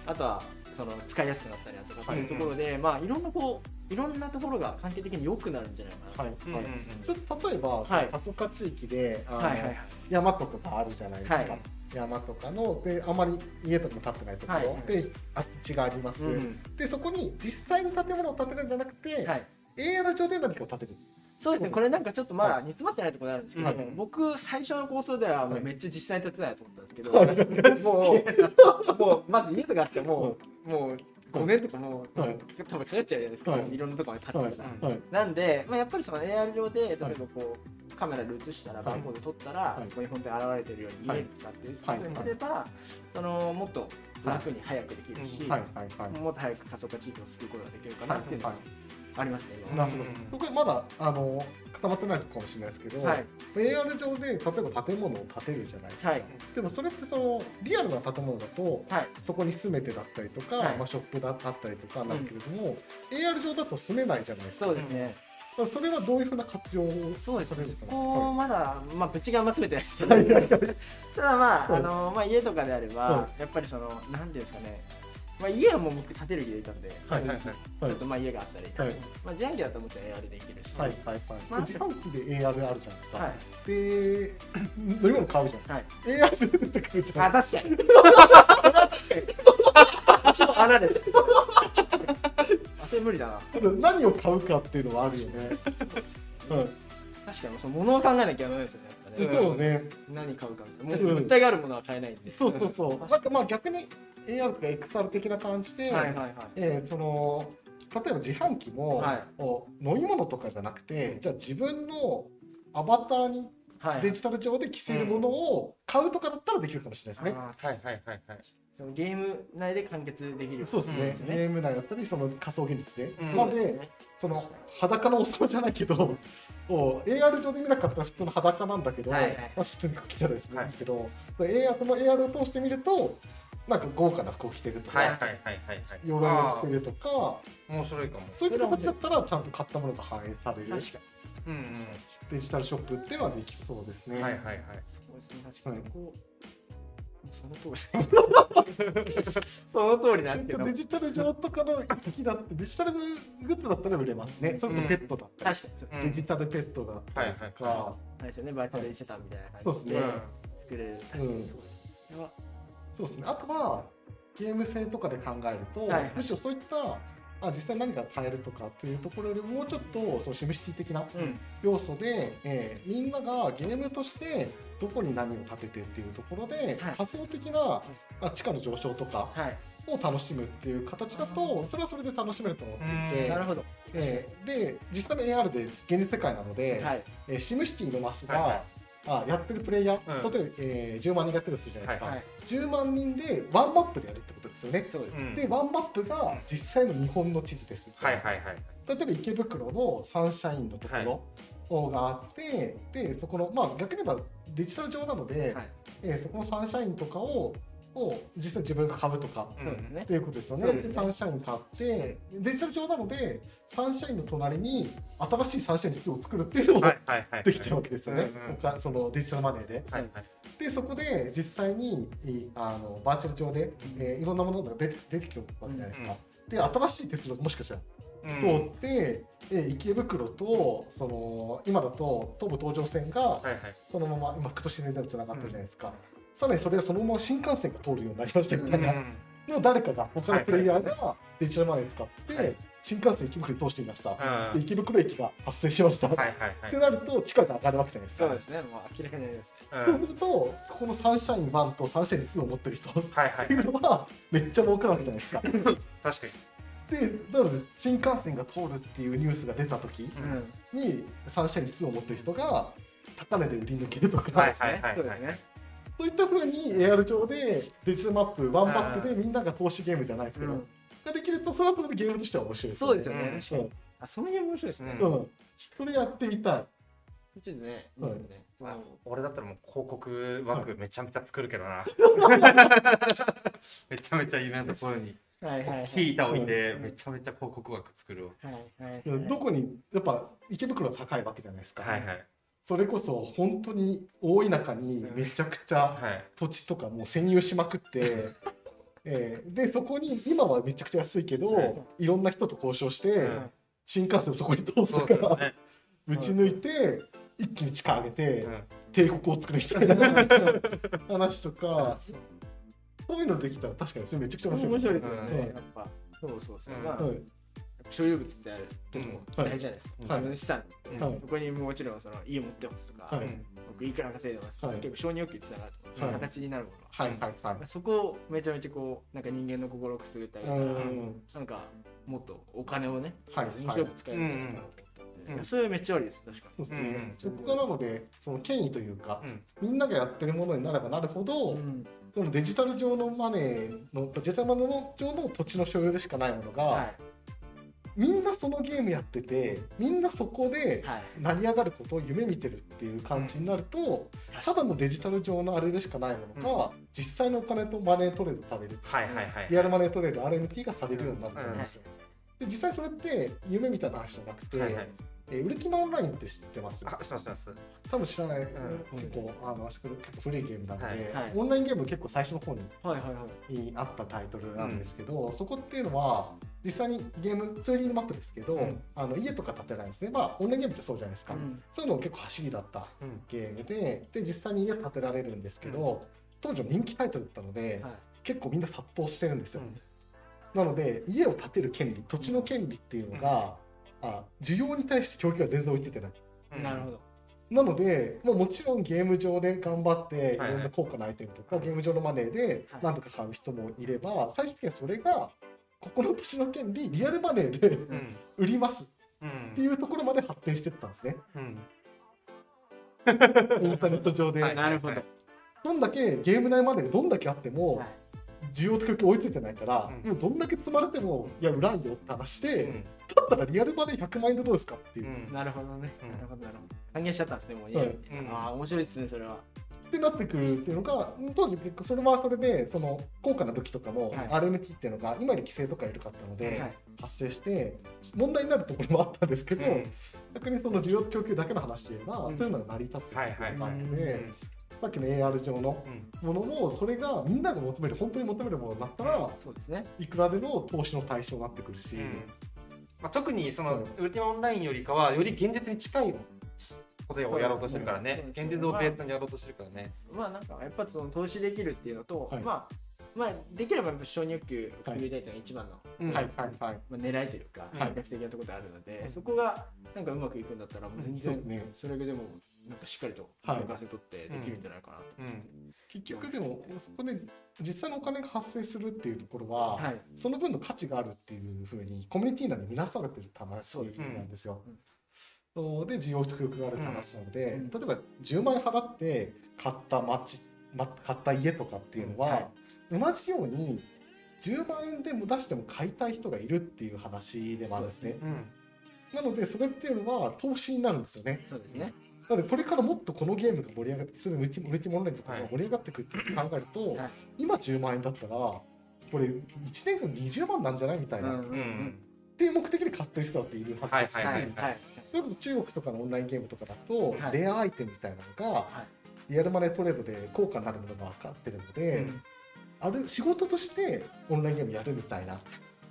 あとはその使いやすくなったりだとかっはいていうところで、まあいろんなこういろんなところが関係的に良くなるんじゃないかな。はいうんはうんいうんちょっと例えば、はい過疎化地域で、あのはいはいはい。山とかがあるじゃないですか、はい山とかのであまり家とかも建ってないところ、はいはいであっちがあります、うんでそこに実際の建物を建てるんじゃなくて、はい。 AR 上で何かを建てるそうですね。これなんかちょっとまはあ煮詰まってないところあるんですけど、はい僕最初の構想ではもはういめっちゃ実際に建てないと思ったんですけど、はいもうもうまず家とかあってもう、もう5年とかもう、はい多分かかっちゃうじゃないですか。はいい、ろんなところに建ってたら。はいはいなんで、まあ、やっぱりその AR 上で例えばこう、カメラで映したらい番号で撮ったら、はいそこに本当に現れてるように見えるとかっていうはいことになれば、そのもっと楽に早くできるし、はいはいはいもっと早く仮想化地域を救うことができるかなっていうのがはいありますね、うん今なるほどそこまだあの固まってないとこかもしれないですけど、はい AR 上で例えば建物を建てるじゃないはいでもそれってそのリアルな建物だとはいそこに住めてだったりとか、はいまあ、ショップだったりとかなんだけれども、AR 上だと住めないじゃないですかそうですね、だからそれはどういうふうな活用をそうですねされるかなこうまだ、まあ、ぶちがあんま詰めてないですけはいどはいはいただまあ、はいあのまあ、家とかであれば、はやっぱりそのなんていうんですかね、まあ、家はもう僕建てる気でいたんで、はいはいはいはいちょっとまあ家があったり、はいまあ、自販機だともちろん AR できるし、はいはいはい。まあ自販機で AR あるじゃないですか。はいで、 乗り物買うじゃん。はい AR 出てくるじゃあ、 ん。確かに。確かに。ちょっと穴です。あ、それ無理だな。ただ何を買うかっていうのはあるよね。う確かに、その物を考えなきゃならないですよね。やっぱん。ねそうね。何買うかみたいうんな。もう物体があるものは買えないんで。そうそうそう。なんかまあ逆に AR とか XR 的な感じで、はいはいはい。えーその例えば自販機も、はいこう飲み物とかじゃなくて、うんじゃあ自分のアバターにはいデジタル上で着せるものを買うとかだったらできるかもしれないですね。あはいはいはいはい。ーそのゲーム内で完結できるそうですね、うんゲーム内だったりその仮想現実で、うんなのでその裸のお相撲じゃないけどこう AR 上で見なかったら普通の裸なんだけど、はいはいまあ、普通に服着たりするんですけど、AR その AR を通して見るとなんか豪華な服を着てるとか、はいはいはいはいはい。鎧を着てるとか面白いかも。そういう形だったらちゃんと買ったものが反映される確かにうんうん。デジタルショップっていうのはできそうですね。はいはいはい。そうですね確かはにいこうその通りですその通りなんですけどデジタル上とかの機器だってデジタルグッズだったら売れますね。それこそペットだったり確かにそううんデジタルペットだったりとはいはか、あれですよねバイトでしてたみたいな感じそうですね作れるう確かんにそうですそれはそうですね。あとはゲーム性とかで考えると、はいむしろそういったあ実際何か買えるとかというところよりももうちょっとそのシムシティ的なうん要素で、えーみんながゲームとしてどこに何を建ててっていうところで、はい仮想的なあ地価の上昇とかはいを楽しむっていう形だとそれはそれで楽しめると思っていうんてなる、ほどえーで実際の AR で現実世界なので、はいえーシムシティのマスが、はいはいあやってるプレイヤー、うん例えば、えー10万人がやってるとするじゃないですか、ははい10万人でワンマップでやるってことですよね。そうですうんでワンマップが実際の日本の地図です、はいはいはい。例えば池袋のサンシャインのところがあって、でそこのまあ逆に言えばデジタル上なので、はいえーそこのサンシャインとかをを実際自分が買うとか。うんそうですねっていうことですよね。そうでですねサンシャイン買って、デジタル上なので、サンシャインの隣に新しいサンシャインの地図を作るっていうのもはいはいはい。できちゃうわけですよね。うんうん他そのデジタルマネーで。はいはい。でそこで実際にいあのバーチャル上で、うんえーいろんなものが出て出てくるわけじゃないですか。で新しい鉄道がもしかしたらうん通って、えー池袋とその今だと東武東上線がはいはい。そのまま今区と新田につながってるじゃないですか。さらにそれがそのまま新幹線が通るようになりましたようね。でも誰かが他のプレイヤーがデジタルマネーを使って、はい新幹線池袋に通していました。うんで池袋駅が発生しました。はいはいっはいて。なると地価が上がるわけじゃないですか。そうですねもう明らかになりますうんそうすると、そこのサンシャイン1とサンシャイン2を持ってる人っはいはていい。うのは、めっちゃ儲かるわけじゃないですか。で、確かに。なので、新幹線が通るっていうニュースが出た時ううんんに、サンシャイン2を持ってる人が、高値で売り抜けるとか、はいそうですねそうですねそういった風に AR 上でデジタルマップ、ワンバックでみんなが投資ゲームじゃないですけど、うんができると、それはそれでゲームとしては面白いですそうですようんね確かにあそのゲーム面白いですねうんうんそれやってみたい。ちょっとねいいはいですねそあの俺だったらもう広告枠めちゃめちゃ作るけど な。めちゃめちゃ夢のところにはいはいはい大きい板置いてめちゃめちゃ広告枠作るわ。はいはいうんどこに、やっぱ池袋は高いわけじゃないですか。はいはいそれこそ、本当に大田舎にめちゃくちゃ、はい。土地とかもう占有しまくって、えーでそこに今はめちゃくちゃ安いけど、はいい、ろんな人と交渉して、うん新幹線をそこに通すそとうです か、ね。ぶち抜いて一気に地下上げて、うん帝国を作るみたい な話とかそういうのできたら確かにそれめちゃくちゃ面白い面白いでですすようんねやっぱそうそうそううんまあはい所有物ってあるともうん大事じゃないですか、はい自分の資産って、うんはいそこにもちろんその家持ってますとか、はいうん僕いくら稼いでますとか、はい結構承認欲求につながると思うはい形になるものは、はいはいはいそこをめちゃめちゃこうなんか人間の心をくすぐったりとうか、んなんかもっとお金をねはい面はい白く使えるみたいなうんうんうんそれめっちゃありです確かそうですね、うんそこがなのでその権威というかう、んみんながやってるものになればなるほど、に、うんそのデジタル上のマネーのデジタルマネーの上の土地の所有でしかないものが、はみんなそのゲームやっててみんなそこでいはい成り上がることを夢見てるっていう感じになると、ただのデジタル上のあれでしかないものが、実際のお金とマネートレードされるはいはいはい。リアルマネートレード RMT がされるようになると思いうんますよ、で実際それって夢みたいな話じゃなくて、はいはい。えーウルティマオンラインって知ってますあ、しますします。多分知らなんい、結構あの足首結構古いゲームなので、はいはいオンラインゲーム結構最初の方にはいはいはいにあったタイトルなんですけど、そこっていうのは実際にゲーム 2D マップですけど、うんあの家とか建てないんですねまあオンラインゲームってそうじゃないですか、うんそういうのも結構走りだったうんゲームでで実際に家建てられるんですけど、当時の人気タイトルだったので、はい結構みんな殺到してるんですよ、なので家を建てる権利土地の権利っていうのが、あ需要に対して供給が全然追いついてないうんなるほどなので、まあ、もちろんゲーム上で頑張っていはいろんな高価なアイテムとか、ゲーム上のマネーではい何とか買う人もいれば、最終的にはそれがここの土地の権利リアルマネーでうん売りますうってん いうところまで発展していったんですね。うんインターネット上で、はいなるほど、はいどんだけゲーム内までどんだけあっても、はい需要と供給追いついてないから、うんもうどんだけ積まれてもいや売らんよって話で、うんだったらリアル版で100万円でどうですかっていう、うんなるほどね、うんなるほどなるほど還元しちゃったんですねもういい、はいうんああ面白いですねそれはってなってくるっていうのがうん当時結構それはそれでその高価な武器とかもはい RMT っていうのが今より規制とか緩かったのではい発生して問題になるところもあったんですけど、うん逆にその需要と供給だけの話で言えば、うんそういうのが成り立つっていうところがあるので、はいはいうんさっきの AR 上のうんものもそれがみんなが求める本当に求めるものになったらそうですねいくらでも投資の対象になってくるし、まあ、特にそのウルティマオンラインよりかはより現実に近いことをやろうとしてるからねそうですね現実をベースにやろうとしてるからねまあなんかやっぱその投資できるっていうのと、はいまあまあできればやっぱ承認欲求を作りたいというのが一番の、うんはいはいはいまあ、狙いというかはい戦略的なところであるので、うんそこがなんかうまくいくんだったらもう全そうです然ねそれでもなんかしっかりとはい任せ取ってできるんじゃないかなと、うん結局でもそこで実際のお金が発生するっていうところは、はいその分の価値があるっていうふうにコミュニティ内で見なされてるって話なんですよ。そうで需要と供給があるって話なので、うん例えば10万円払って買った町、ま、買った家とかっていうのは、同じように10万円でも出しても買いたい人がいるっていう話でもあるんですね。うんなのでそれっていうのは投資になるんですよね。そうですね、なのでこれからもっとこのゲームが盛り上がってそれでウルティウルティモンラインとかがはい盛り上がってくって考えると、はい今10万円だったらこれ1年後20万なんじゃないみたいな、っうんていう目的で買ってる人だっているはずだし、はいはいははいいはいそれこそ中国とかのオンラインゲームとかだと、はいレアアイテムみたいなのがはリアルマネートレードで高価になるものが分かってるのい、で、うんある仕事としてオンラインゲームやるみたいな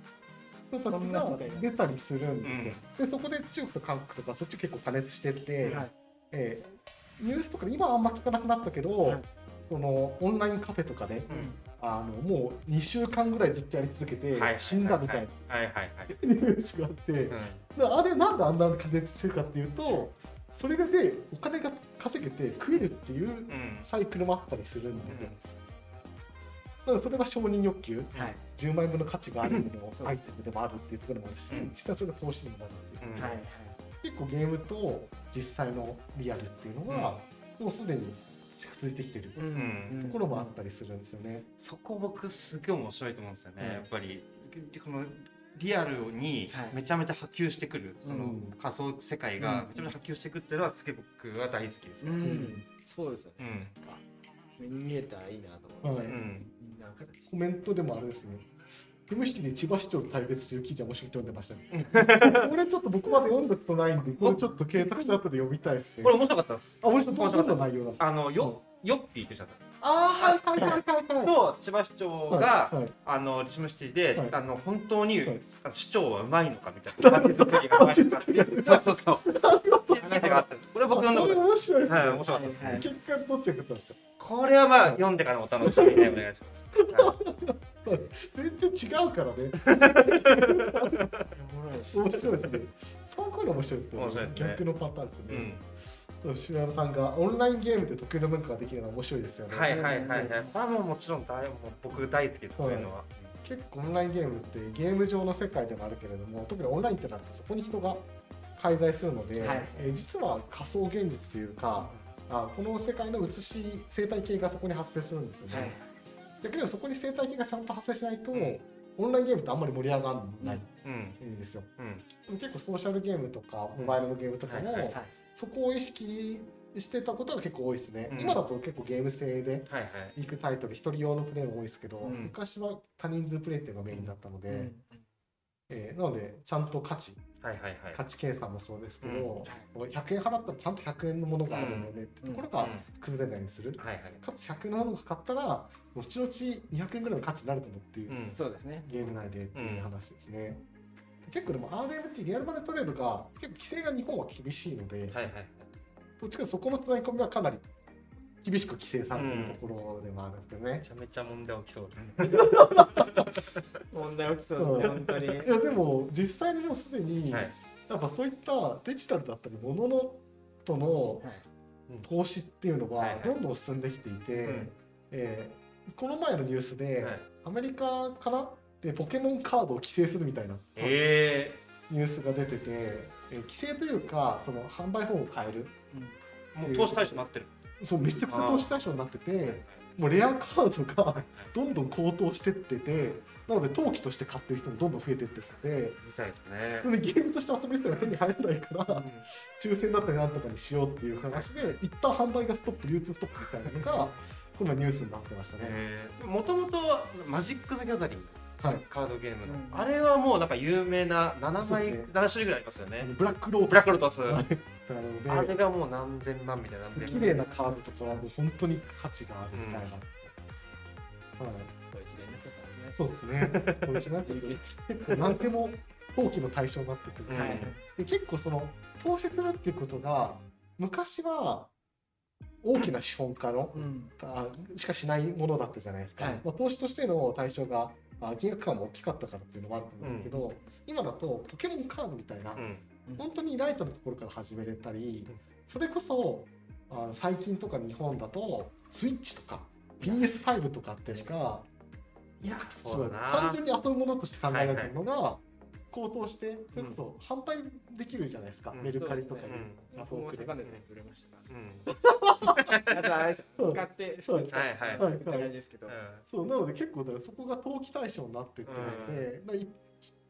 人たちがそんな世界が出たりするんですよ、でそこで中国と韓国とかそっち結構加熱してって。はいえーニュースとかで今はあんま聞かなくなったけど、はいそのオンラインカフェとかで、あのもう2週間ぐらいずっとやり続けて、はい死んだみたいはいはいはいなニュースがあって、であれなんであんな加熱してるかっていうとそれでお金が稼げて食えるっていううんうんサイクルもあったりするんです、だからそれが承認欲求はい10万円分の価値があるものそうアイテムでもあるっていうところもあるし、うん実際それが投資にもなるっていううんはいはい結構ゲームと実際のリアルっていうのは、もうすでに近づいてきてるうんうんところもあったりするんですよね。そこ僕すげえ面白いと思うんですよね、うんやっぱりこのリアルにはいめちゃめちゃ波及してくる、そのうん仮想世界うがんめちゃめちゃ波及してくっていうのはすげえ僕は大好きですうね。んそうですようね、ん目に見えたらいいなと思って、はいうんなんかですコメントでもあれですね。テムシティで千葉市長と対決してる記事は面白いと読んでましたね。これちょっと僕まで読んだことないんで、これちょっと継続して後で読みたいですね。これ面白かったです。あ、面白い。ど面んど白んかなった。内容だった。あのよ、よっぴーって言っちゃっあー、はいはいはいはいた。はい。と千葉市長が、はいはいあのチームシティで、はいあの本当に、はいあの市長はうまいのかみたいな。なるほどバチッと時がバチッと時そうそうそう。話があったんですこれ僕読んだあこそれと面白いですねない。はい、面白かったです。はい結果どっちが勝ったんですかこれはまあ読んでからお楽しみでお願いします。はい全然違うからね。おもろいです面白いですね。そういうの面白いですね。面白いですね逆のパターンですようね。ん吉村さんがオンラインゲームで得意な文化ができるのは面白いですよね。はいはいはいはい。これはもうもちろん大もう僕大好きですこういうのは。結構オンラインゲームってゲーム上の世界でもあるけれども特にオンラインってなるとそこに人が介在するので、はいえー実は仮想現実というかあこの世界の写し生態系がそこに発生するんですよね。はい逆にそこに生態系がちゃんと発生しないと、うんオンラインゲームってあんまり盛り上がらないうんんですよ。うんでも結構ソーシャルゲームとかモバイルのゲームとかも、はいはいはいそこを意識してたことが結構多いですね。うん今だと結構ゲーム性ではいはい。行くタイトル一人用のプレイも多いですけど、うん昔は他人数プレイっていうのがメインだったので、うんえーなのでちゃんと価値はいはいはい。価値計算もそうですけど、う100円払ったらちゃんと100円のものがあるんだよねってところうんが崩れないようにする、はいはい。かつ100円のものが買ったら後々200円ぐらいの価値になると思うっていう、うんそうですねゲーム内でっていう話ですね、結構でも RMT リアルマネートレードが結構規制が日本は厳しいので、はいはい。どっちかというとそこの伝え込みがかなり厳しく規制されているところでもあるんですけどねめ、ちゃめちゃ問題起きそう。うん問題起きそうですね本当にいやでも実際にもうすでに、はいやっぱそういったデジタルだったりもののとのはい投資っていうのはいははいどんどん進んできていて、んえーこの前のニュースで、はいアメリカからでポケモンカードを規制するみたいなえニュースが出てて、えー規制というかその販売方法を変える、うんもう投資対象になってる。そうめちゃくちゃ投資対象になっててもうレアカードが どんどん高騰してっててなので投機として買ってる人もどんどん増えてっててみたいですねな。のでゲームとして遊べる人が手に入らないからうん抽選だったりなんとかにしようっていう話で一旦販売がストップ流通ストップみたいな のが今ニュースになってましたね。もともとマジック・ザ・ギャザリングはいカードゲームの、うんあれはもうなんか有名な7そう倍、ですね7種類ぐらいありますよねブラックローブラタックロータス、はいなあのれでがもう何千万みたいな綺麗なカードとかはもう本当に価値があるみたいな。はいそういう時代になっちゃっそたんですねう ですね。こういうなっちゃうと結構何でも投機の対象になってくうる、んはいで結構その投資するっていうことが昔は大きな資本家のうんあしかしないものだったじゃないですか、はいまあ、投資としての対象があ金額感も大きかったからっていうのもあると思うんですけど、今だとポケモンカードみたいな、うん本当にライトのところから始めれたり、うんそれこそあ最近とか日本だとスイッチとか PS5 とかっていうのがいやそうな単純に遊ぶものとして考えられてるのが高騰してそうんれこそ販売できるじゃないですか、うんメルカリとかそにうですねヤフ僕オもクで高値で売れましたかうんらあとあれですうん使ってそうです使ってはいはいはいお互いですけどそうなので結構だからそこが投機対象になってて、でだからい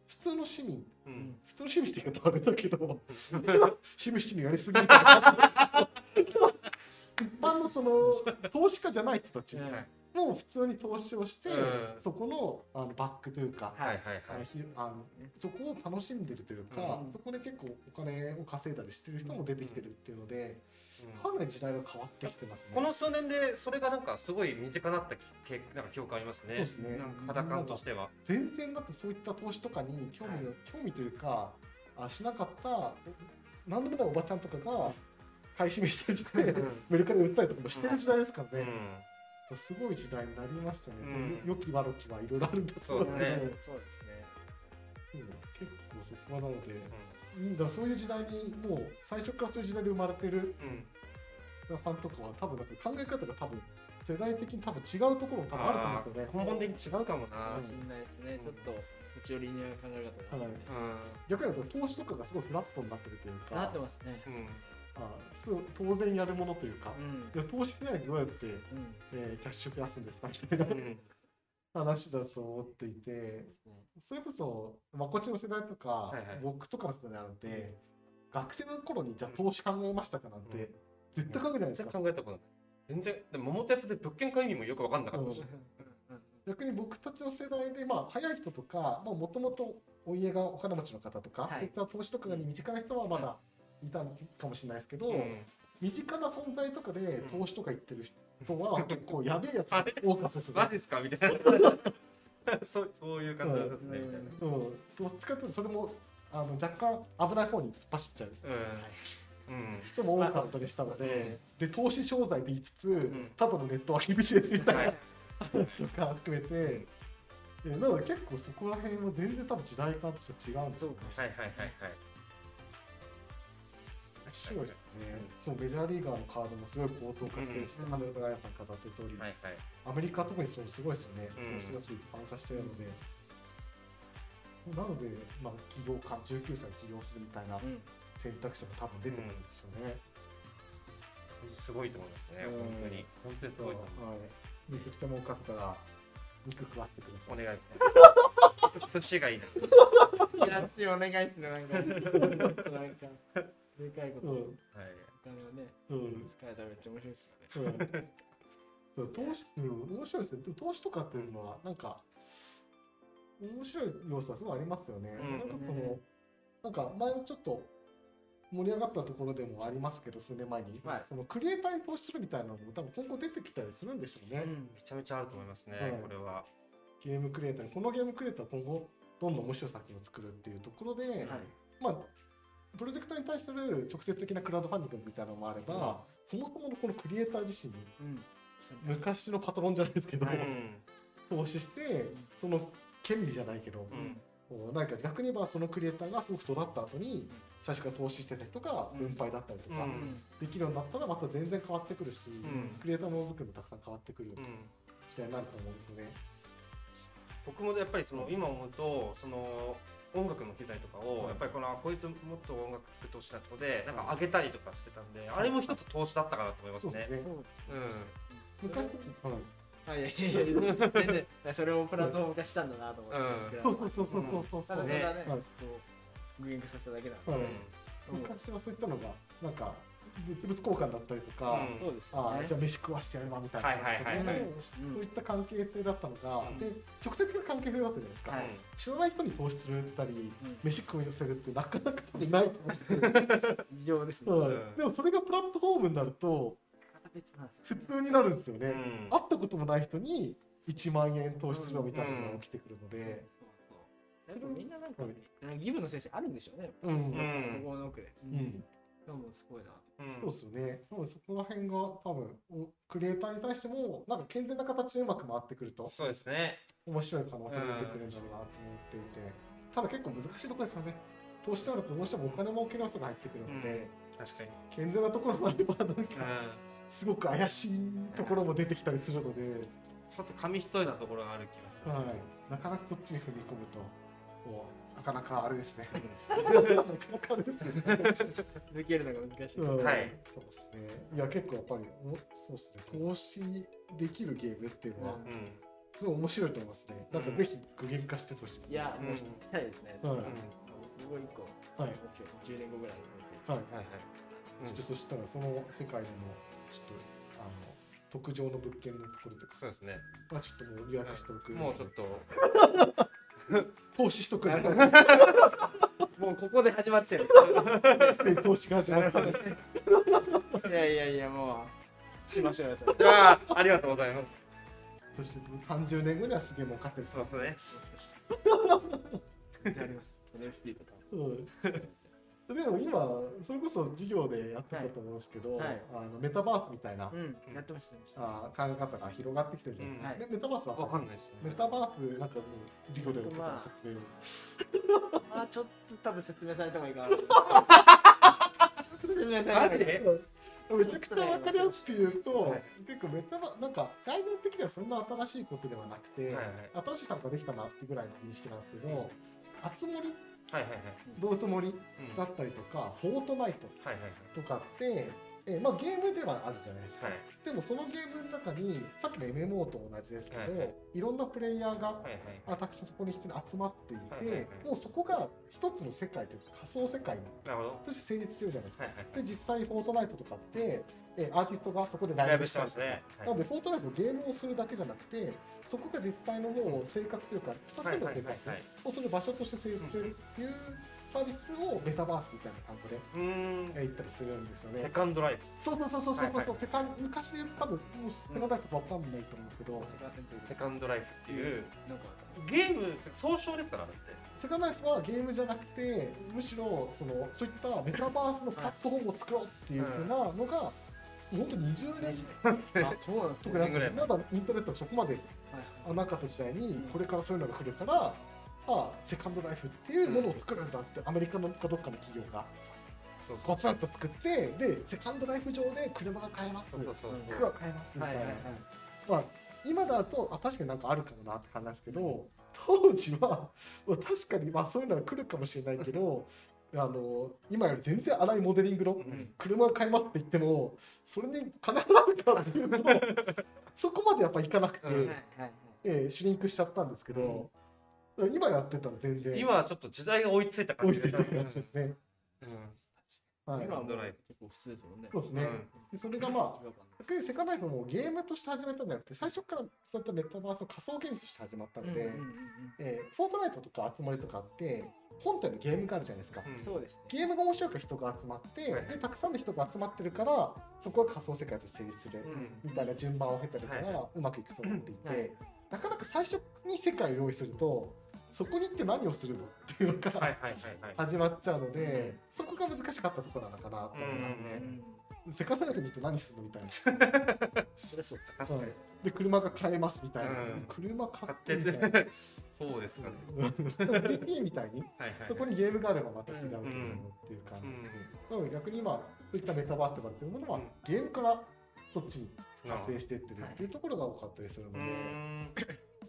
普通の市民うんうん普通の市民って言うとあれだけど 市民市民やりすぎみたいな 一般のその投資家じゃない人たちうんも普通に投資をして、うんそこのあのバックというか、はいはいあはのいひあのそこを楽しんでるというか、うんそこで結構お金を稼いだりしてる人も出てきてるっていうので、うんかなり時代が変わってきてますね。この数年でそれがなんかすごい身近になったけなんか記憶ありますそうねですねなんか肌感としては全然だってそういった投資とかに興味の、興味というかあしなかった何でもないおばちゃんとかが買い占めしたりしてメルカリで売ったりとかもしてる時代ですからうね、んすごい時代になりましたね、うん良き悪きはいろいろあるんですけそうどですねそうですねうん結構そこはなので、うんだからそういう時代にもう最初からそういう時代で生まれてるうんうん皆さんとかは多分なんか考え方が多分世代的に多分違うところも多分あると思うんですよね。根本的に違うかもなうかんもしんないですねちょっと内寄りに考え方がはいうん逆に言うと投資とかがすごいフラットになってるというか、なってますねうんあそう当然やるものというか、うんいや投資しないでどうやって、うんえーキャッシュ増やすんですかみたいなうん話だと思っていて、それこそ、まあ、こっちの世代とか、いはい僕とかの世代なんて、学生の頃にじゃあ投資考えましたかなんて、絶対考えてないです全然か。考えたことない全然でも桃鉄で物件買う意味もよく分かんなかったし、逆に僕たちの世代で、まあ、早い人とか、もともとお家がお金持ちの方とか、はいそういった投資とかに身近な人はまだいたのかもしれないですけど、うん身近な存在とかでうん投資とか言ってる人は結構やべえやつが多かったですねマジですかみたいな そうそういう感じですね、みたいなうん、どっちかというとそれもあの若干危ない方に突っ走っちゃううん、うん人も多かったりしたのまあで,、で投資商材で言いつつ、んただのネットは厳しいですみたいはない話とか含めて、えなので結構そこら辺も全然多分時代感として違うんですよね。はいはいはいはい面白いですね、そうメジャーリーガーのカードもすごい高騰化してるし、うんハンドルブライアンさんが語ってる通り、はいはいアメリカ特にそうすごいですよね、うん投資がすごい一般化してるので、なので、まあ、起業家、19歳起業するみたいなうん選択肢も多分出てくるんでしょうね。すごいと思いますね、うん本当に本当にすそごうはいと思い、めちゃくちゃ儲かったら肉食わせてくだ さうおい。願い寿司がいいなイラッチお願いっすねなんかなんかでかいこと、うおんはい金をねうん使えたらめっちゃ面白いですよねうん、投資、うん、面白いですね。でも投資とかっていうのは、なんか、面白い要素はすごいありますよね。うんそれこそなんか前もちょっと盛り上がったところでもありますけど、数年前に、はいそのクリエイターに投資するみたいなのも多分今後出てきたりするんでしょうね。めちゃめちゃあると思いますね、うんこれはゲームクリエイターに、このゲームクリエイターは今後、どんどん面白い作品を作るっていうところで、はいまあ、プロジェクトに対する直接的なクラウドファンディングみたいなのもあれば、そもそものこのクリエイター自身にうん昔のパトロンじゃないですけど、はい投資してんその権利じゃないけどう、んこうなんか逆に言えばそのクリエイターがすごく育った後に最初から投資してた人がうん分配だったりとか、ううんんできるようになったらまた全然変わってくるし、んクリエイターの作りもたくさん変わってくるうん時代になると思うんですね。僕もやっぱりその今思うとその音楽の機材とかを、はいやっぱりこのこいつもっと音楽作ってほしいなってことでなんか上げたりとかしてたんで、あれも一つ投資だったかなと思いますそうね。ですね。う昔、はいはいやいやいや全然それをプラットフォーム化したんだなと思って、そうたそうそうそうそうそだただう。ねね、はいこうグイングさせただけなんで、はんいうん昔はそういったのが、なんか、物々交換だったりとか、うんそうですよあねあじゃあ飯食わしてやるわみたいな感じで、はいはいはいはいそういった関係性だったのが、うんで直接的な関係性だったじゃないですか、はい知らない人に投資するったりうん飯食い寄せるってなかなか多分ない、異常ですね。はいうんでもそれがプラットフォームになるとまた別なんですよ普通になるんですよね、うん会ったこともない人に1万円投資するわみたいなのが起きてくるので、そうそうなんかみんななんか、なんか義務の精神あるんでしょうね。うんうん向こうの奥で。うでんもすごいな。うんそうですよね多分そこら辺が多分おクリエイターに対してもなんか健全な形でうまく回ってくるとそうですね。面白い可能性が出てくるんだろうなと思っていて、ただ結構難しいところですよね投資となるとどうしてもお金儲けの要素が入ってくるので、うん確かに。健全なところもあればなんうかんすごく怪しいところも出てきたりするので、ちょっと紙一重なところがある気がする。はい、なかなかこっちに踏み込むとこうなかなかあれです ねなかなかあれですね抜けるのが難しい。うんはいそうですねいや結構やっぱりおそうですね投資できるゲームっていうのは、うんうんすごい面白いと思いますねなんかぜひ具現化してほしいですねいや、うんもう聞きたいですね。うんもう一個、はい目標、10年後ぐらいに置いて。はいはいはい。うんちょっとそしたらその世界でもちょっとあの特上の物件のところとかそうですね。はちょっともう予約しておく、もうちょっと。投資しとくなのるほどもうここで始まってる。投資が始なまるっほたどんねで。いやいやいや、もう、しましょうよ、それ。じゃあ、ありがとうございます。そして30年後にはすげえ儲かってそうですね。全然あります。NFT とか。うんでも今それこそ授業でやってたと思うんですけど、はいはいあのメタバースみたいな、うん、やってました、やってました。あー考え方が広がってきてるじゃないですか、うんでメタバースはわかんないですメね。タバースなんかもう授業でやってた説明をまあ、ちょっと多分説明された方がいいかな。ちょっと説明された方マがジいいでめちゃくちゃ分かりやすく言うと、はい結構メタバなんか概念的にはそんな新しいことではなくて、はいはい新しい単語ができたなってぐらいの認識なんですけど「あつ森」はいはいはい。 「どうつ森」うんだはいったりとか「フォートナイトはいはい。」とかって、えーまあ、ゲームではあるじゃないですか、はいでもそのゲームの中にさっきの MMO と同じですけど、はいいはいろんなプレイヤーがはいはい。あたくさんそこに人に集まっていて、はいはいはいもうそこが一つの世界というか仮想世界なるほど。として成立してるじゃないですかはいはい。で実際フォートナイトとかってえアーティストがそこでラライイブブししてたまりしとたか、ね。なのでフォートナイトのゲームをするだけじゃなくてそこが実際のもう生活というか2つの生活はいはいはいはいをする場所として成立してるっていうサービスをメタバースみたいな単語でうーん。言ったりするんですよセね。カンドライブ。そうそうそうそうそうそう、はいはい世界昔多分もうセカンドライフわかんないと思うんですけど、セカンドライフっていう、なんか、ゲーム、総称ですから、あれって。セカンドライフはゲームじゃなくてむしろそのそういったメタバースのプラットフォームを作ろうっていうふうなのが、もう本当20年あ、そうなんとかなんかまだインターネットはそこまでなかった時代にこれからそういうのが来るから、ああセカンドライフっていうものを作るんだってアメリカのかどっかの企業がそうそうゴツンと作ってでセカンドライフ上で車が買えますそうそうそう。服が買えますみたはいいな、はいはい。まあ今だとあ確かになんかあるかもなって感じなんですけど当時は、まあ、確かにまあそういうのは来るかもしれないけど あの今より全然荒いモデリングのうん車を買いますって言ってもそれに金払うかっていうとそこまでやっぱいかなくて、うんはいええシュリンクしちゃったんですけど、今やってたら全然今はちょっと時代が追いついた感追いじついてる感じですうね。んはい、今はそもう結構普通ですもんね。うですね、でそれがまああ、逆にセカンドライフもゲームとして始めたんじゃなくて最初からそういったメタバースの仮想現実として始まったので、えーフォートナイトとか集まりとかって本体のゲームがあるじゃないですか、うんそうですね。ゲームが面白く人が集まって、はいでたくさんの人が集まってるからそこが仮想世界として成立する、みたいな順番を経たりとかはいがうまくいくと思っていて、うんはいなかなか最初に世界を用意するとそこに行って何をするのっていうのうんはがいはいはいはい。始まっちゃうので、そこが難しかったところなのかなと思いますうね。んセカンドライフに行って何するのみたいな。それそう。確かに。 で車が買えますみたいな。うん車買買っっててみたいな。 て。そうですかね。 GP みたいにはいはいはい。そこにゲームがあればまた違うと思うっていう感じで、なので逆に今そういったメタバースとかっていうものは、うんゲームからそっちになる発ほど生していってるっていうところが多かったりするのうで、ーん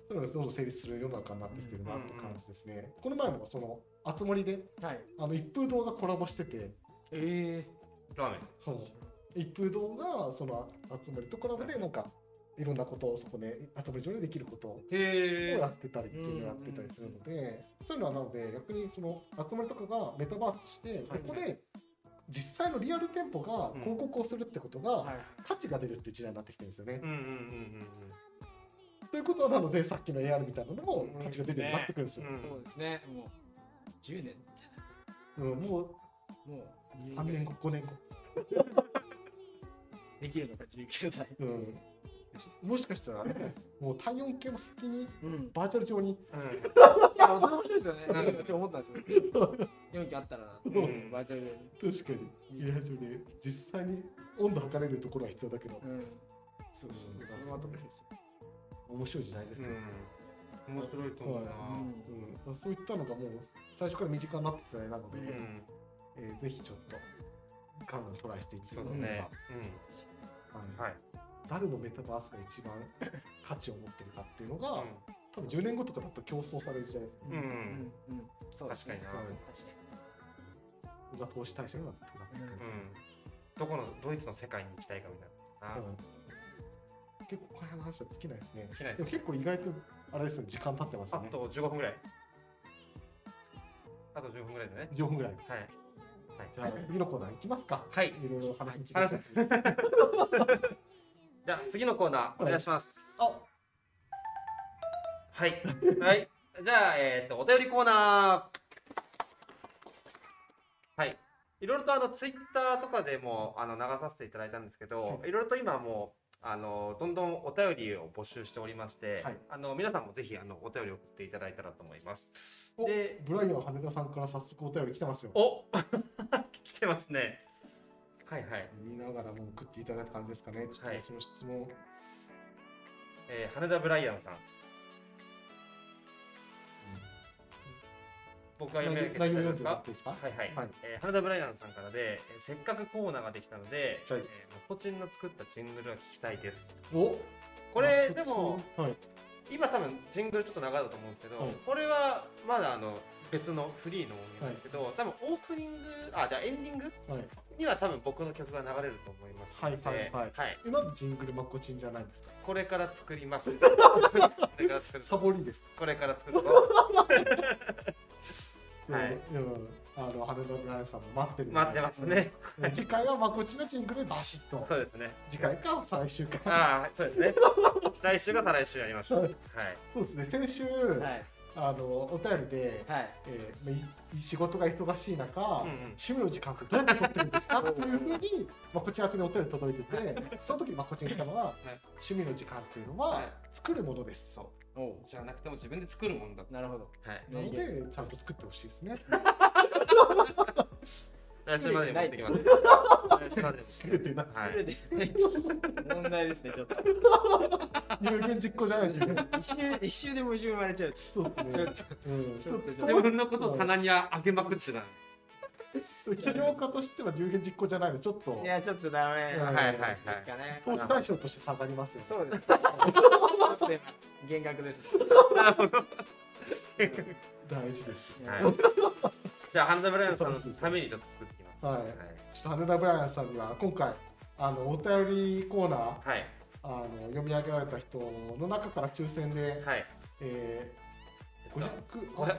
そういうのがどんどん成立する世の中になってきてるなって感じですね。この前もその、あつ森で、はい。あの、一風堂がコラボしてて、えラーメン。その一風堂が、その、あつ森とコラボで、なんか、いろんなことをそこで、あつ森上でできることをへやえ。ってたりっていうのをやってたりするので、そういうのはなので、逆にその、集まりとかがメタバースして、そこで、実際のリアル店舗がうん広告をするってことー。はがい。価値が出るっていう時代になってきてるんですよねうん。うんうんうんうん。ということはなのでさっきの AR みたいなのもうん価値が出るようになってくるんですよ。うんそうですね。もう10年じゃない。うん、もうもう3年後5年後、できるのか19歳。うん、もしかしたらねもう体温計も先にうん。バーチャル上にういや、それ面白いですよね。うんなんかちょっと思ったんですよ。4期あったらなって、うんバーチャルで。確かに AR 上で実際に温度測れるところは必要だけどうん。そそううそうそれは面白いで面白い時すよ。代ですね。ん。面白いと思うな。うんうんそういったのがもう最初から身近になってきた時代なので、うん。えーぜひちょっとガンガントライしていってそうもだらえれねば。うん。はいはい。誰のメタバースが一番 価値を持ってるかっていうのが、う多分10年後とかだと競争される時代ですね。ん。う。うんん。うん。そうです確かにな。ね。はい確かに。が投資対象になってくるううん。どこのドイツの世界に行きたいかみたいな。あうん結構この話は尽きないですね。尽きないですねでも結構意外とあれですよね時間経ってますあよね。と15分ぐらい。あと15分ぐらいでね。 10分ぐらい。はい。はい。じゃあ次のコーナー行きますか。はいい。ろいろ話してはいじゃあ次のコーナーお願いします。あ、はい。はい。じゃあ、えっ、と、お便りコーナー。はい。いろいろとあの、ツイッターとかでも、あの、流させていただいたんですけど、、はいろいろと今もう、あの、どんどんお便りを募集しておりまして、はいあの、皆さんもぜひ、あの、お便りを送っていただいたらと思います。おで、ブライアン羽田さんから早速お便り来てますよ。お 来てますね。はいはい。見ながらもう送っていただいた感じですかね。ちょっはといその質問、えー、羽田ブライアンさん。僕が内容読めなきゃいけな内容いで読んすでもらかっていいですか。はいはい、はいえー花田ブライアンさんからで、えーせっかくコーナーができたので、はいえーもこちんの作ったジングルが聞きたいですお、これあでも、はい、今多分ジングルちょっと長かったと思うんですけど、はいこれはまだあの別のフリーの音源なんですけど、多分オープニングあじゃあエンディングはい。には多分僕の曲が流れると思いますのではいはいはいえ、なんでジングルまこちんじゃないんですか。これから作り ますこれから作るサボりです。これから作るとはいうん、あの羽田ブライアンさんも待ってるんで。待ってますねうん。次回はまこちんのジングルでバシッ とそ。うですね次回か最終回。ああそうですね来週が再来週やりましょうははいいそうですね。先週、はい。あのお便りで、はい。えーまあい仕事が忙しい中、うんうん趣味の時間ってどうやって取ってるんですかっていうふうに、まあ、こちら宛てにお便り届いてて、その時にまあこちらに来たのは、趣味の時間っていうのは、はい作るものです。そうおうじゃなくても自分で作るもんだ。なるほど。はい。なのいやいで、ちゃんと作ってほしいですね。来週までに持ってきます。来週までに持ってき作れてまなす。はそれい。で問題ですね、ちょっと。有言実行じゃないですね。 一周一周でも一周生まれちゃう。そうですね。うん、ちょっと、ち自ょっと分のことを棚にあげまくってた。起業家としては有言実行じゃないの、ちょっと、いや、ちょっとダメ。うんはいはいはですい。かね。投資対象として下がりますよ、ね。そうですね。ちょっと今減額です。なるほど。大事です。はいじゃあ、ハンダブライアンさんのためにちょっと作ってきます。はいちょっと羽田ブライアンさんには、今回、あの、お便りコーナー、はい。あの、読み上げられた人の中から抽選で、はい。えー、はい。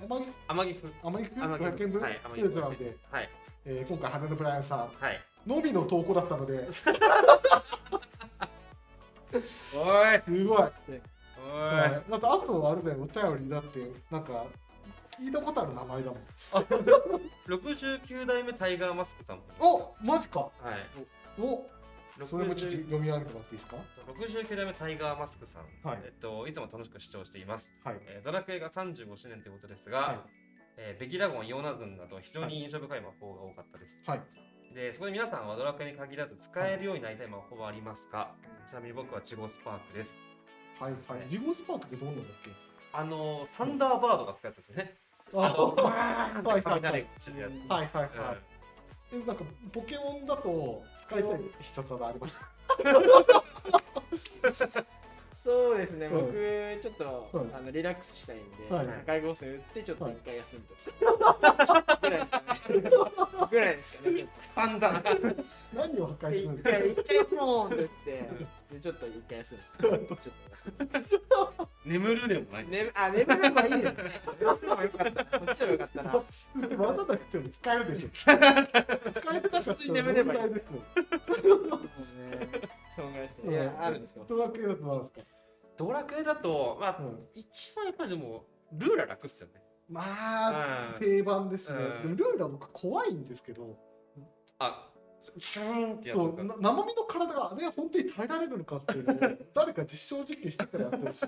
500、あ、あまり、天城風。あまりく天城500円分、はいプレゼントなので、はい。えー、今回、羽田ブライアンさん、はい。のみの投稿だったので、 すおい。ごい。おい。はいだって、あと、あれだよ、お便りだって、なんか、聞いたことある名前だもん。六十九代目タイガーマスクさんも。おマジかはい。おそれもちょっと69読み上げてもらっていいですか69代目タイガーマスクさん、はいえっと、いつも楽しく視聴しています、はい。えードラクエが35周年ということですが、はい。えーベギラゴン、ヨーナ軍など非常に印象深い魔法が多かったです。はい。で、そこで皆さんはドラクエに限らず使えるようになりたい魔法はありますか、ちなみに僕はチゴスパークです。はい。はい。ジゴスパークってどんなんだっけあのー、サンダーバードが使うやつですね。あの、あバーンって雷が散るやつ。はいはいはい。うんでもなんかポケモンだと使いたい必殺技あります。 そうでですね、うん僕、ちょっと、うんあのリラックスしたいんで、はい高い合成打って、ちょっと一回休むとき。ぐらいですかね。たんだな。何を破壊ぐらいるんですすかね。一ですか回、一回スローンって打って、でちょっと一回休む。ちょっと休眠るでもないむ。。ね、あ、眠ればいいですね。眠ればよかった。そっちはよかったな。わざとなくても使えるでしょ。使えたら普通に眠ればいい問題ですよ。そうね。そんぐらいですうんね。いや、あるんですよ。ドラクエだとなんですか。ドラクエだと、まあ、うん一番やっぱりでも、ルーラ楽っすよね。まあ、うん定番ですね。うでもんルーラ僕怖いんですけど、あ、シューンってやつそとうか。な生身の体がね本当に耐えられるのかっていうのを 誰か実証実験してからやってほしい。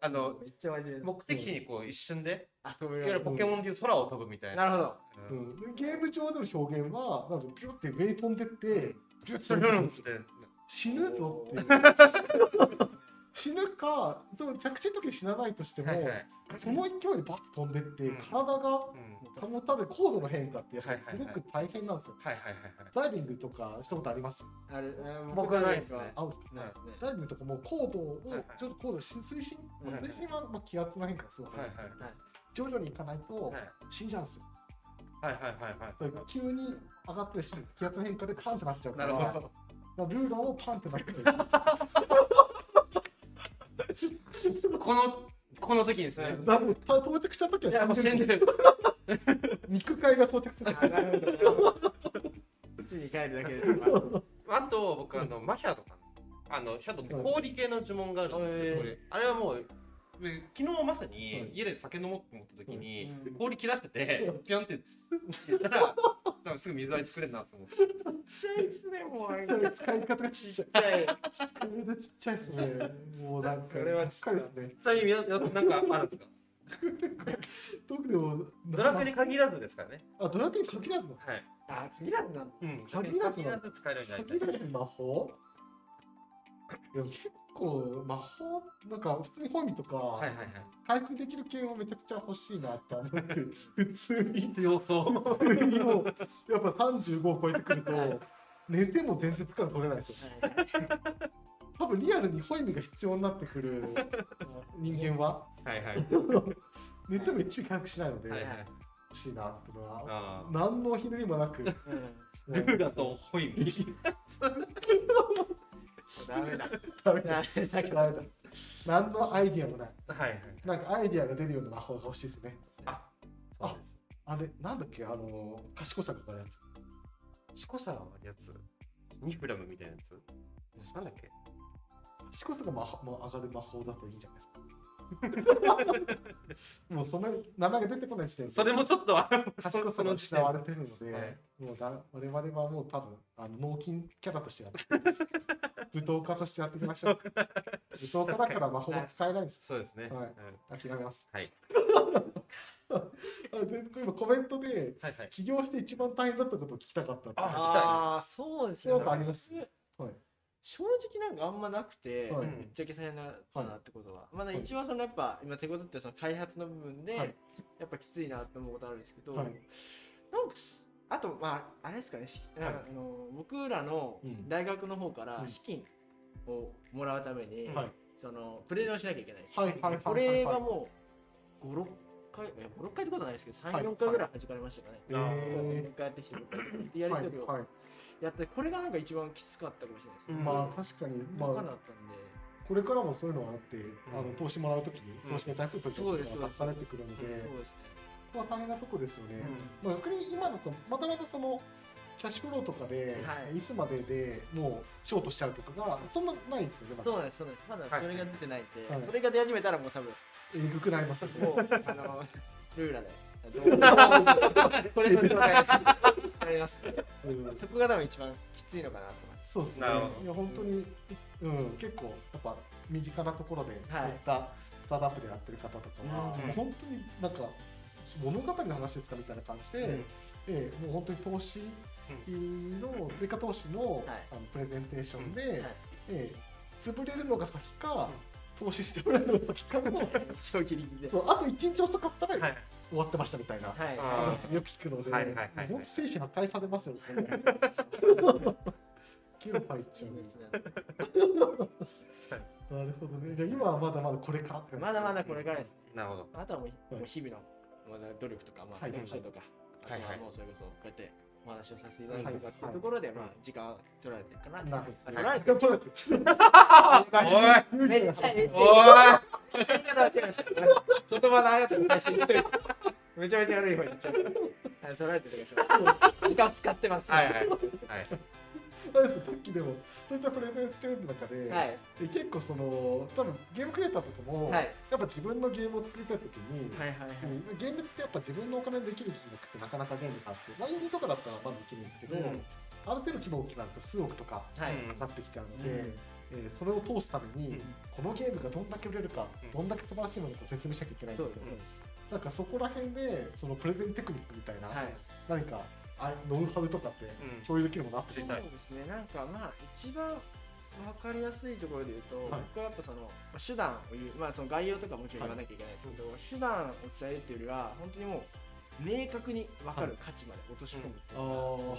あの、めっちゃ真面目。目的地にこう一瞬で、あ、飛ぶいよわゆるポケモンでいう空を飛ぶみたいな。なるほううど。んんでゲーム上での表現はなんかビュって上に飛んでってビュシュッーてン って。死ぬぞっていう。 死ぬか、でも着地の時に死なないとしても、はいはい。その勢いでバッと飛んでって、うん体がうん保たれ高度の変化ってやっぱりすごく大変なんですよ。はいはいはいはい。ダイビングとかしたことありますある。うん僕はないですね合うんですかないですね。ダイビングとかもう高度をはいはいちょっと高度し水深、うん水深はまあ気圧の変化がすごい、はいはい徐々に行かないと死んじゃうんですよ。はいはいはいはいだから急に上がったりして気圧の変化でパンってなっちゃうから、なるほだからルーラーもパンってなっちゃう。このこの時にですね。だからた到着した時いやもはう死んでる。る。肉塊が到着する。あなるほど。家に帰るだけで。 あと僕あのマシャドかな。あのシャドウって氷系の呪文があるんですけど、あれはもう昨日まさに家で酒飲もうと思った時にうん氷切らしててピョンってつった ら多分すぐ水割り作れるなと思って。ちっちゃいっすね、もう。ちっちゃい使い方がちっちゃい。ちゃい。上でちっちゃいですね。もうなんか、これはちっちゃいばっかりですね。ちなみに皆さんなんかあるんですか。特でも、ドラクエに限らずですからね。あ、ドラクエに限らずの。はい。あ、切らんな。うん。限らず限らず使えるようになりたい限。らず魔法いや結構魔法なんか普通に本味とかはいはいはい。回復できる系はめちゃくちゃ欲しいなって思って普通 に必要そう。 もうやっぱ35を超えてくると寝ても全然力取れないですよ多分リアルにホイミが必要になってくる人間は はいはい。寝ても一応回復しないのではいは欲い。しいなってのはああ。何のひねりもなくルーラとホイミ。ダダメメだ。だダメだけど。ダメだ何のアイディアもないはいはい。なんかアイディアが出るような魔法が欲しいですねあ、そうです。あれ、なんだっけ、あのー、賢さがかかるやつ。チコさんのやつ、ニフラムみたいなやつ、なんだっけ賢さがま、ま、上がる魔法だといいんじゃないですか。 もうその名前が出てこない時点で、それもちょっと、あ賢さが時失点われてるので、はいもうだ我々はもう多分、あの脳筋キャラとしてやってる、舞踏家としてやっていきましょう。舞踏家だから魔法は使えないんです。そうですね。はいうん諦めます。はい。あで今コメントで、はいはい。起業して一番大変だったことを聞きたかったって。あああ、そうですなねん。かあります。正直なんかあんまなくて、はいぶっちゃけ大変だったなってことは。まあねはい一番そのやっぱ今手こずってるその開発の部分で、はいやっぱきついなって思うことあるんですけど、はいなんかすあとまああれですかね、しはいあの僕らのうん大学の方かうらん資金をもらうために、はいそのプレゼンをしなきゃいけないんですはいはいはいはいはいこれがもう56回え56回ってことはないですけどはい34回ぐらい弾かれましたかね、あーこうえ向かってきてーやり取りをはいはいやって、これがなんか一番きつかったかもしれないですね。うんまあ確かに、ま分かあんなかったんでこれからもそういうのがあって、あの投資もらうときにうん投資に対するプレゼントそうですが出されてくるので、そうですね。ここは大変なとこですよね。うまあ逆に今だとまたまたそのキャッシュフローとかで、はいい、つまででもうショートしちゃうとかがそんなないですよね。まだそうなんです、そうなんです。まだそれが出てないんで、はいそれが出始めたらもう多分、えぐくなりますよ ね。もう、あの、ルーラ で。これの状態がなります。うん そこが多分一番きついのかなと思います。そうですねなるほ。どいや本当に、うん結構やっぱ身近なところでこはいいうったスタートアップでやってる方とかは、うんもう本当になんか物語の話ですかみたいな感じで。んでもう本当に投資の追加投資の,、いあのプレゼンテーションで、はいええ潰れるのが先か、投資してもらうのが先かの超ギリギリで。そうあと1日遅かったらはい終わってましたみたいな、はい。あー話もよく聞くので、はいはいはいはいもう本当精神破壊されますよね。それ気分入っちゃうね。なるほどね。じゃあ今はまだまだこれからって感じまだまだこれからです。なるほど。あとはもうはいもう日々のまだ努力とか、まあ、はい練習とか、はいあとははいもうそれこそこうやってお話をさせていただくとかっていはういところで、いまあ、時間は取られてるかな。なるほど。取られて時間取られてる。おめっちゃ めっちいゃおい言っちゃ言葉のあやつに対して言っといてめちゃめちゃ悪い方に言っちゃうあの取られてるとかそう時間使ってます。はいはいはい。あれですさっきでもそういったプレゼンしてる中で、はい。で結構その多分ゲームクリエイターとかも、はい。やっぱ自分のゲームを作りたい時に、はいはいはい。うんゲームってやっぱ自分のお金でできる金額ってなかなかゲームがあって、まあ、インディーとかだったらまだできるんですけど、うんある程度規模大きくなると数億とかはい。うんなってきちゃうのうで、んえーそれを通すためうに、んこのゲームがどんだけ売れるか、うんどんだけ素晴らしいものかを説明しなきゃいけないんそうだですけど、そうです。なんかそこら辺でそのプレゼンテクニックみたいな、はい。何かあノウハウとかってうん共有できるものあった知りりとたかいそうですね、なんかまあ一番わかりやすいところで言うと、はい僕はやっぱそのまあ手段を言う、まあその概要とかもちろん言わなきゃいけないですけど、手段を伝えるっていうよりは、本当にもう明確に分かる価値まで落とし込むっていう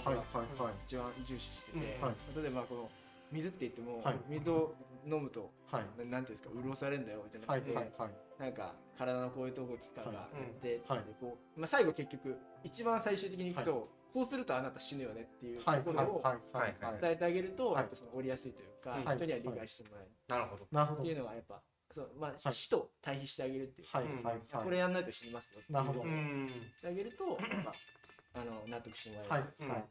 あのあが、はいはいはい一番重視してて、うんはい例えばこの水って言っても、はい水を飲むと、はいななんていうんですか、潤されるんだよみたいなはい感じで、はいはいなんか体のこういうとこ期間があって、ではいこうまあ、最後結局、一番最終的にいくと、こうするとあなた死ぬよねっていうとはいこはいろをはいはいはい伝えてあげると、はいやっぱその折りやすいというか、はい人には理解してもらえるなるほど。なるほっどていうのはやっぱ、そうまあ、はい死と対比してあげるっていう、はいはいはいこれやんないと死にますよっていうなるほどうのをやん。ってあげる と、やっぱあの納得してもらえる。はいはいうん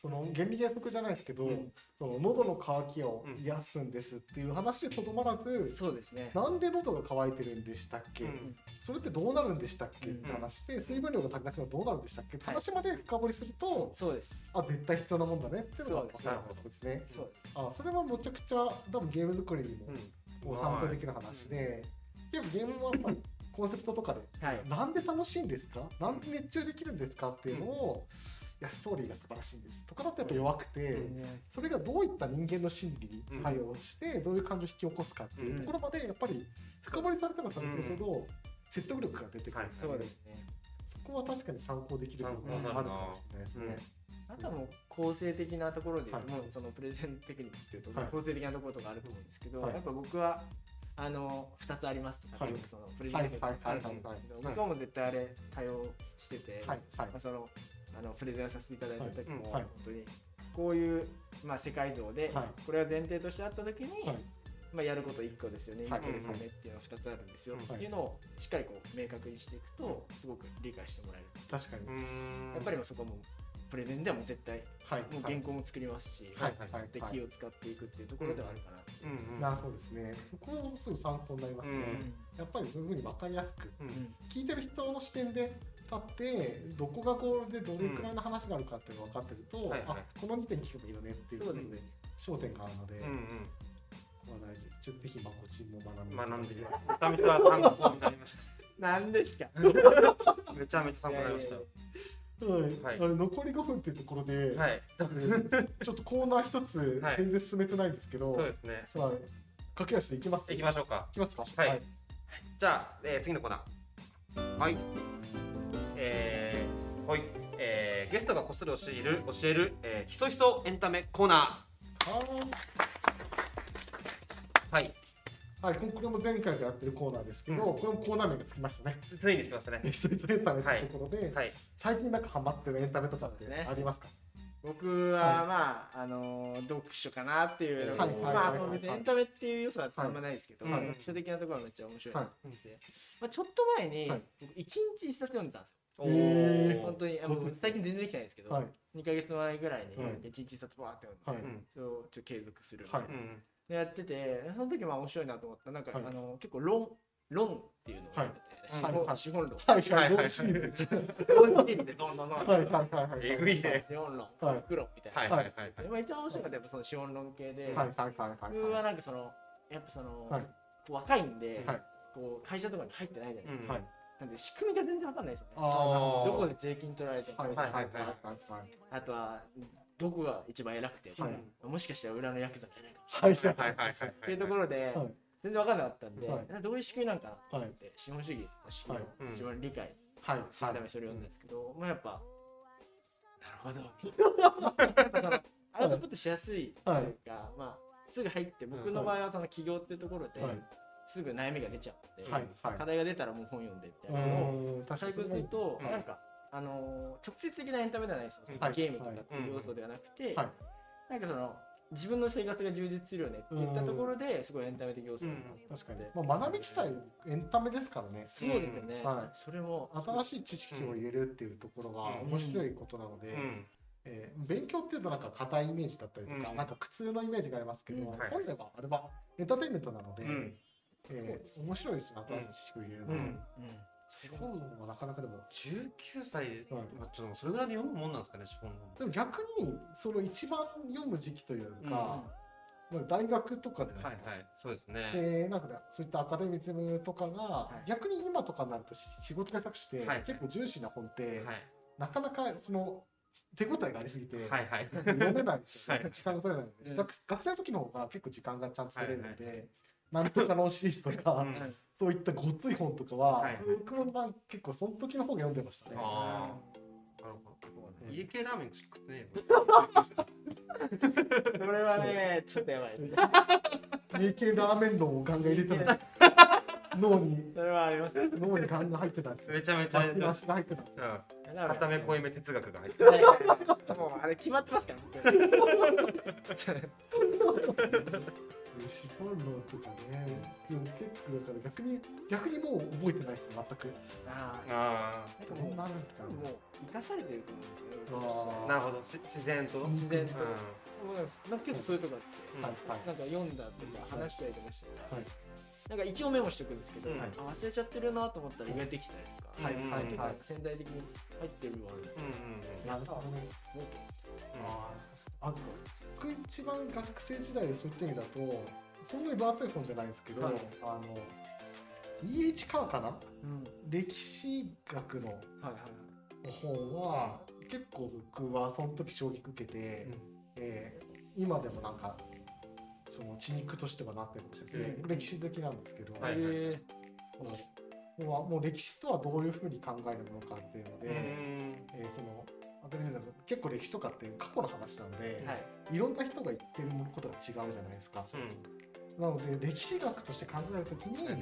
その原理原則じゃないですけど、うんその喉の渇きを癒すんですっていう話でとどまらず、そうですね。なんで喉が渇いてるんでしたっけ、うんそれってどうなるんでしたっけって話で、水分量が足りなくてどうなるんでしたっけって話まで深掘りすると、そうです。あ絶対必要なもんだねっていうのがそうです分かるとこですね。そうです。あそれはむちゃくちゃ多分ゲーム作りにもお参考できる話で、結構ゲームはやっぱりコンセプトとかではい。なんで楽しいんですかなんで熱中できるんですかっていうのを、いやストーリーが素晴らしいんですとかだとやっぱ弱くて、うんそれがどういった人間の心理に作用して、どういう感情を引き起こすかっていうところまでやっぱり深掘りされてばされてるほど、説得力が出てくる、はいそうですね。そこは確かに参考できる部分があるかもしれないですね。あとはもう構成的なところで言うと、はもうそのプレゼンテクニックっていうと、はい構成的なところとかあると思うんですけど、はいやっぱ僕はあの2つありますとか、はいよくそのプレゼンテクニックあると思うんですけど、はいはいはいはい僕はもう絶対あれ対応してて、はいはいまあ、そのあのプレゼンさせていただいた時も、はいはい本当にこういう、まあ、世界像で、はいこれは前提としてあった時に、はいまあ、やること1個ですよね、はいこれですよねっていうのは2つあるんですよ、はいっていうのをしっかりこう明確にしていくとすごく理解してもらえる。確かに、うん。やっぱりもうそこはもうプレゼンではもう絶対はいもう原稿も作りますし、はいはいはでい、はキいーを使っていくっていうところではあるかなってうんうん。なるほどですねそこもすごい参考になりますね、うんやっぱりそういうふうに分かりやすくう。うんん聞いてる人の視点で立ってどこがゴールでどれくらいの話があるかっていうのが分かってると、んはいはいあこの2点聞けばいいよねっていうそうですね焦点があるので、うんうん。ここは大事ですちょっとぜひまこちんも学んで学んでる。めちゃめちゃ参考になりましなんで すかた。めちゃめちゃ参考になりました。うんはいあの残り5分っていうところで、はい。ちょっとコーナー一つはい全然進めてないんですけど、そうですね。さあ駆け足でいきます行きましょうか。いきますかはいじゃあ、えー次のコーナー。はい。えー、はい。えーゲストがこっそり教える、教える、えー、ひそひそエンタメコーナー。はい。はい、はい、ここれも前回からやってるコーナーですけど、うこれもコーナー名がつきましたねつついに来ましたね。一人ずつエンタメってところで、はい。最近なんかハマってるエンタメとかってありますか僕ははまあ、あのー読書かなっていうのがはいはいまはいあその別にエンタメっていう要素はあんまないですけど、はいまあうん読書的なところはめっちゃ面白いはいんですねまあ、ちょっと前にはい僕一日一冊読んでたんですおーえーよ本当にあどうもぞう最近全然できてないですけど、はい2ヶ月前ぐらいにはい一日一冊バーって読んで、はい、うん。それをちょっと継続するみたいなはいうん。でやっててその時まあ面白いなと思ったなんか、はいあの結構論論っていうのをやってて、はい資本はい資本論はいははいいははいい。論って言ってどんどんどんはいはいはいはい。えぐいね。資本論はい副論みたいな、はいはいはいでまあ、一番面白いのはやっぱその資本論系で、はいはいはいはい僕は。はいなんかそのやっぱその、はいこう若いんで、はいこう会社とかに入ってないじゃないですうんか、はいなんで仕組みが全然わかんないですよねあーあ。どこで税金取られてるのかはいはいはいはいはい。あとはどこが一番偉くて、はいもしかしたら裏のヤクザじゃないかもしはいははいはいいはいはい。れないっていうところで、はい全然わかんなかったんで、はいなんかどういう仕組みなんかはないはいって資本主義の仕組はみいを一番理解するためにそれを読んだんですけど、まあやっぱ なるほどみたいなやっぱそのアウトプットしやすいというか、まあすぐ入って僕の場合はその起業ってところではいすぐ悩みが出ちゃって、はいはい課題が出たらもう本読んでみたいなのをうん確か解にそ決れすはるいいと、うんなんかあのー直接的なエンタメではないですよ、はいゲームとかっていう要素ではなくて、はいなんかその自分の生活が充実するよねっていったところですごいエンタメ的要素になって、確かに、まあ、学び自体エンタメですからねそうですよね、うんはいそれも新しい知識を入れるっていうところがうん面白いことなので、うんえー勉強っていうとなんか硬いイメージだったりとか、うんなんか苦痛のイメージがありますけど、うんはい本来はあれはエンターテインメントなので、うんえー面白いですね新しい知識を入れるのうは、んうん資本論はなかなかでも19歳で、まあちょっとそれぐらいで読むもんなんですかね、資本論。でも逆にその一番読む時期というか、まあ大学とかじゃないはでいすか、はい、そうですね。でなんかね、そういったアカデミズムとかが、い逆に今とかになるとし仕事対策して、はい結構ジューシーな本って、はいなかなかその手応えがありすぎて、はい はい。読めないんですよ、ねはい時間が取れない、うん学学生の時の方が結構時間がちゃんと取れるので、はいなんとかのシリーズとか、うんそういったごっつい本とかは、はい僕もなんか結構その時の方が読んでましたね。ああ、なるほど。家系ラーメン食ってねえよ。うんそれはねちょっとやばいです家系ラーメン論をガンガン入れてたんです脳にそれはありますよ脳にガンガン入ってたんですよ。めちゃめちゃ巻き出しが入ってたんですうだかんら固め濃いめ哲学が入ってる。はいもうあれ決まってますからよ。シフォン論とかね、でも結構だから逆に逆にもう覚えてないですよ全く。あああどんな話だった多か分もう生かされてると思うんですよねあ、な。なあるほど、し自然と。自然うとんもうなんかなんか結構そういうとこあってーはいはい。なんか読んだとか話したりとかしてたはいなんか一応メモしておくんですけど、うんあ忘れちゃってるなと思ったら入れてきたりとか、はいはい結は構い。潜在的に入ってるわうんなるほどね。けもううああ、あ僕一番学生時代でそういった意味だと、そんなに分厚い本じゃないんですけど、はいあの E.H. カーかなうん歴史学のはいはいはい本は結構僕はその時衝撃受けて、えー今でもなんかその血肉としてはなってるかもしれないですね、うん歴史好きなんですけど、はいえもうもうもう歴史とはどういうふうに考えるものかっていうので、んうん。えーそのアカデミーでも結構歴史とかって過去の話なのでー、はいいろんな人が言ってることが違うじゃないですか。うんなので歴史学として考えるときにはい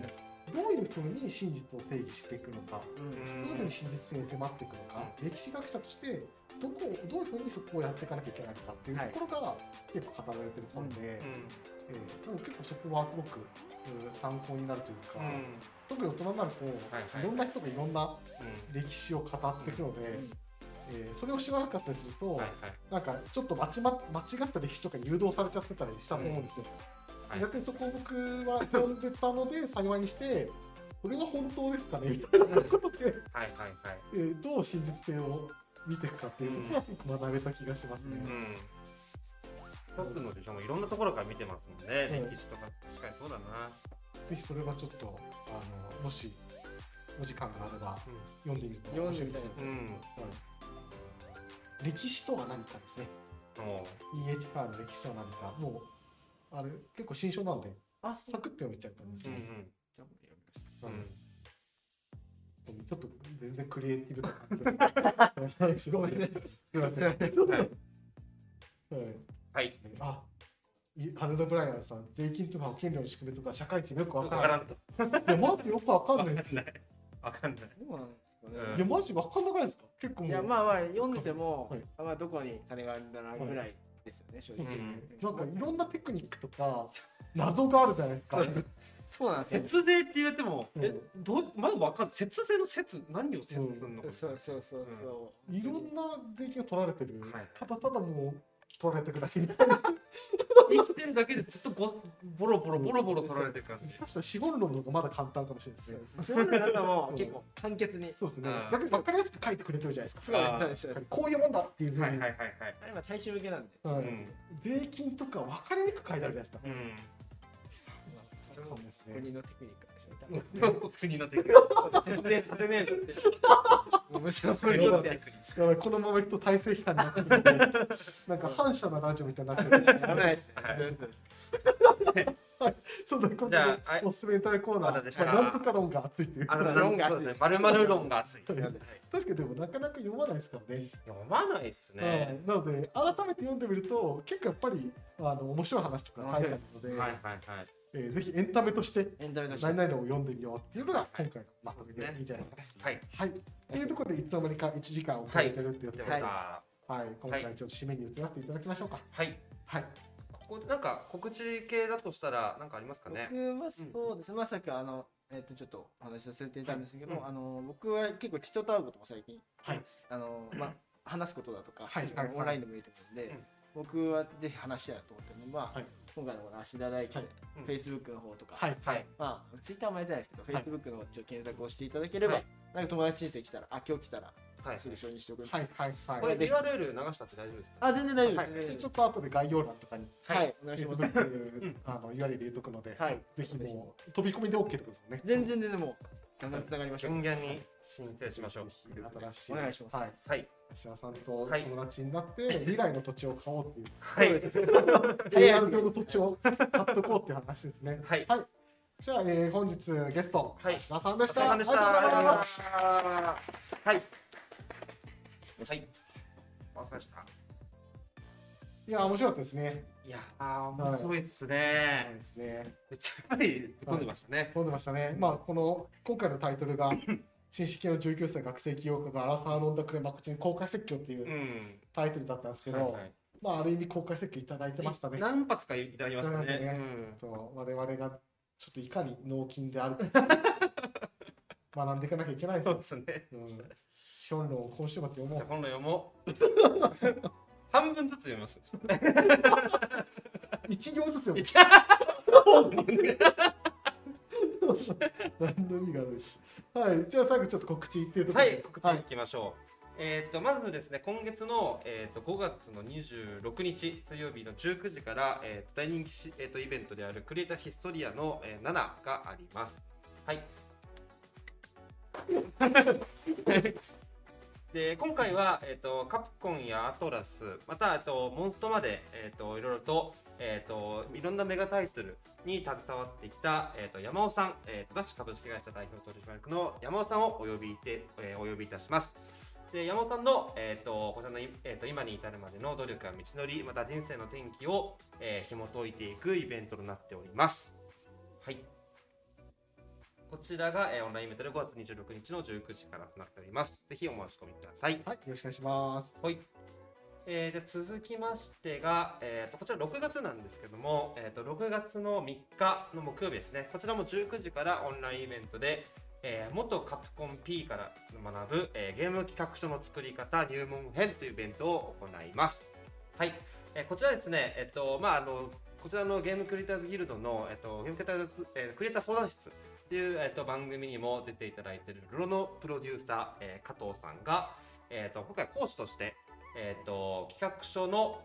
どういうふうに真実を定義していくのかうんうどういうふうに真実性に迫っていくのか、歴史学者としてどこをどういうふうにそこをやっていかなきゃいけないのかっていうところが結構語られてる本で、えーでも結構そこはすごくうん参考になるというか、うん特に大人になると、はいいはいろんな人がいろんなうん歴史を語っていくので、うんえーそれを知らなかったりすると、はいはいなんかちょっと間違っ間違った歴史とかに誘導されちゃってたりしたと思うんですよ。うんはい逆にそこを僕は読んでたので幸いにしてこれは本当ですかねみたいなことで。はいはいはい。えーどう真実性を見ていくかっていうことはすごく学べた気がしますね。うん。僕の受賞もいろんなところから見てますもんね。うん歴史とか確かにそうだな。ぜひそれはちょっとあのもしお時間があれば読んでみると読んでみたいですうん。うん。はい歴史とは何かですね。も EH カーの歴史とは何か。もうあれ結構新書なのであそうサクッと読めちゃう感じう。うですね。んじゃあもうやめましうん。うん。ちょっと全然クリエイティブな感じですごいね。すみません。はいははいい。あいハルド・ブライアンさん、税金とか保険料の仕組みとか社会人よくわわかからないら。んと。いや、マジよくわかんないですよ。わかんない。たどうなんですかね、うんいや、マジわかんなくないですか結構もう。いやまあまあ読んでても、はいあまあどこに金があるんだなぐらいですよね、正直、うんなんかいろんなテクニックとか、謎があるじゃないですか。そうなんですよ節税って言われても、うんえ、どう、まだわかんない。節税の節、何を節するのか。そうそうそうそう、いろんな税金が取られてるはい。ただただもう、取られてくださいみたいな。一点だけでずっとご、ボロボロボロボロ取られてる感じ。確かに、死後の方がまだ簡単かもしれないですね。そうそうなんかもううん結構簡潔にそうですねうん。逆にわかりやすく書いてくれてるじゃないですすごいあー話だか。こういうもんだっていうふうに。はいはいはいはい。あれは大衆向けなんではういん。税金とか分かりにくく書いてあるじゃないですか。うん。そうかもですね。国のテクニックでしょ多分国のテクニッ全然させねえじゃんってもうむしろそれク。に国のとってテやクニッやばいこのまま行くと体制批判になってくるんでなんか反社のラジオみたいになってるらないですねはい全然ですそんなことでじゃあはいおすすめエンタメコーナまだでしー、たまあ、なんとか論が熱いっていう あ の、論が熱そいうですね。まる論が熱い。そうですはいね確かにでもなかなか読まないですからね。読まないですね。うんなので改めて読んでみると結構やっぱりあの面白い話とか書いてあるので、はいはいはい。えーぜひエンタメとしてエンタメの人何々を読んでみようっていうのが今回のまとめでいいんじゃないかな。はい。はい。っていうところでいつの間にか1時間を超えてるっていうと出こまろしで、た。ははい今回ちょっと締めに移らせていただきましょうか。い。はい。ここなんか告知系だとしたらなんかありますかね。僕はそうですね、まあさっきあの、えっとちょっとお話しさせていたんですけど、はいうんあの僕は結構人と会うことも最近、はいあのまあ、話すことだとか、はいあはいのオンラインでもいいと思うんで、うん僕はぜひ話したいなと思ってるのは、はい今回のこの芦田大輝で、はいうん Facebook の方とか、はい。はい。まあ、Twitter もやってないですけど、はい Facebook の方ちょっと検索をしていただければ、はいなんか友達申請来たら、あ、今日来たら、はい。すぐ承認しておくんで、はい。はい。これはい。で URL 流したって大丈夫ですか。あ、全然大丈夫はいです。全然大ち丈ょっと後で概要欄とかに夫はい、お願いします。 Facebook んあの URL 入れとくので、はいぜひもう飛び込みで OK ってことですもんね。全然全然もう、ガンガンつながりましょう。順元に申請しましょうぜ。ひ新しい。お願いしますはい。はい。芦田さんと友達になって、 未来の土地を買おうっていう。はい。はそうでい。すねリアル上の土地を買っとこうっていう話ですね。はい。じゃあ、えー、本日ゲスト、はい芦田さんでおし疲れた。様でした。ありがとうございます。はい。はい。お疲れ様でした。いや、面白かったですね。いやー、面白いっすね。ですね。めっちゃやっぱり混んでましたね。。飛んでましたね。まあ、この今回のタイトルが、新式の19歳学生起業家がアラサー飲んだくれまこちに公開説教っていううんタイトルだったんですけど、はいはいまあ、ある意味公開説教いただいてましたね。何発かいただきましたいただねきましたね。うんと我々がちょっといかに脳筋であるか 学んでいかなきゃいけないですそうよですね。うん。資本論を今週末読もじ ゃあう。本来読もう。 半分ずつ読みます。一行ずつ読む。一応何の意味がない。はい、じゃあ最後ちょっと告知っていうところはで。い、告知いきましょう。えーっとまずですね、今月の、えーっと5月の26日水曜日の19時から、えーっと大人気し、えーっとイベントであるクリエイターヒストリアの、えー7があります。はい。で今回は、えー、とカプコンやアトラスまた、えー、とモンストまで、えー、といろいろと,、えー、といろんなメガタイトルに携わってきた、えー、と山尾さん、えー、とダッシュ株式会社代表取締役の山尾さんをお呼びいて、えーお呼びいたします。で山尾さんの、えー、とこちらの、えー、と今に至るまでの努力や道のりまた人生の転機を、えー、紐解いていくイベントとなっております。はいこちらが、えーオンラインイベントで5月26日の19時からとなっております。ぜひお申し込みください。はい、よろしくお願いします。はい。えー、で続きましてが、えー、とこちら6月なんですけども、えー、と6月の3日の木曜日ですねこちらも19時からオンラインイベントで、えー元カプコン P から学ぶ、えーゲーム企画書の作り方入門編というイベントを行います。はい、えーこちらですね、えっとまあ、あのこちらのゲームクリエイターズギルドの、えっと、ゲームクリエイターズ、えークリエイター相談室っていう、えっと、番組にも出ていただいているロロのプロデューサー、えー加藤さんが、えっと今回講師として、えっと企画書の、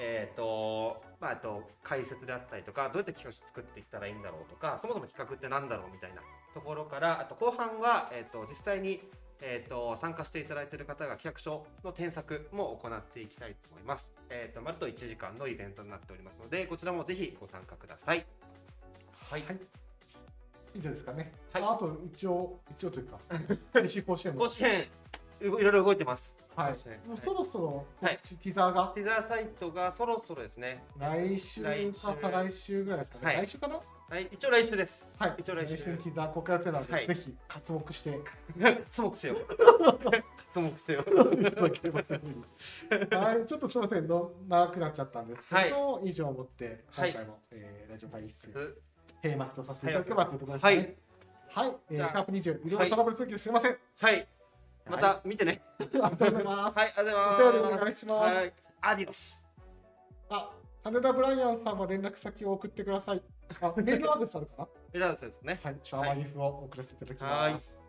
えっとまあ、あと解説であったりとかどうやって企画書作っていったらいいんだろうとかそもそも企画ってなんだろうみたいなところからあと後半は、えっと実際に、えっと参加していただいている方が企画書の添削も行っていきたいと思います。えっとまるっと1時間のイベントになっておりますのでこちらもぜひご参加ください。はいはい以上ですかね。はいああと一応、一応というか、先週甲子園も甲。子園ういろいろ動いてます。はい甲子園もうそろそろはい告知、ティザーがティザーサイトがそろそろですね。来週来か週再来週ぐらいですかね。はい来週かなはい、一応来週です。はい。一応来週。のティザー公開予定なので、はいぜひ活目してい つもくせ よ。つもくせよ。ただければという ふうに。はい、ちょっとすみませんの、長くなっちゃったんですけど、以上をもって、は今い回も、えーラジオ会議室、閉幕とさせていただければというところですはね。い。はい、えーじゃあシャープ20、いろいろトラブル続きですいませ ん。はい。また見てね。ありがとうございます。はい、ありがとうございます。お便りお願いしますはい。アディオス。あ、羽田ブライアンさんは連絡先を送ってください。あ、メールアドレスあるかなエラーズですね。はい、シャーマイフを送らせていただきます。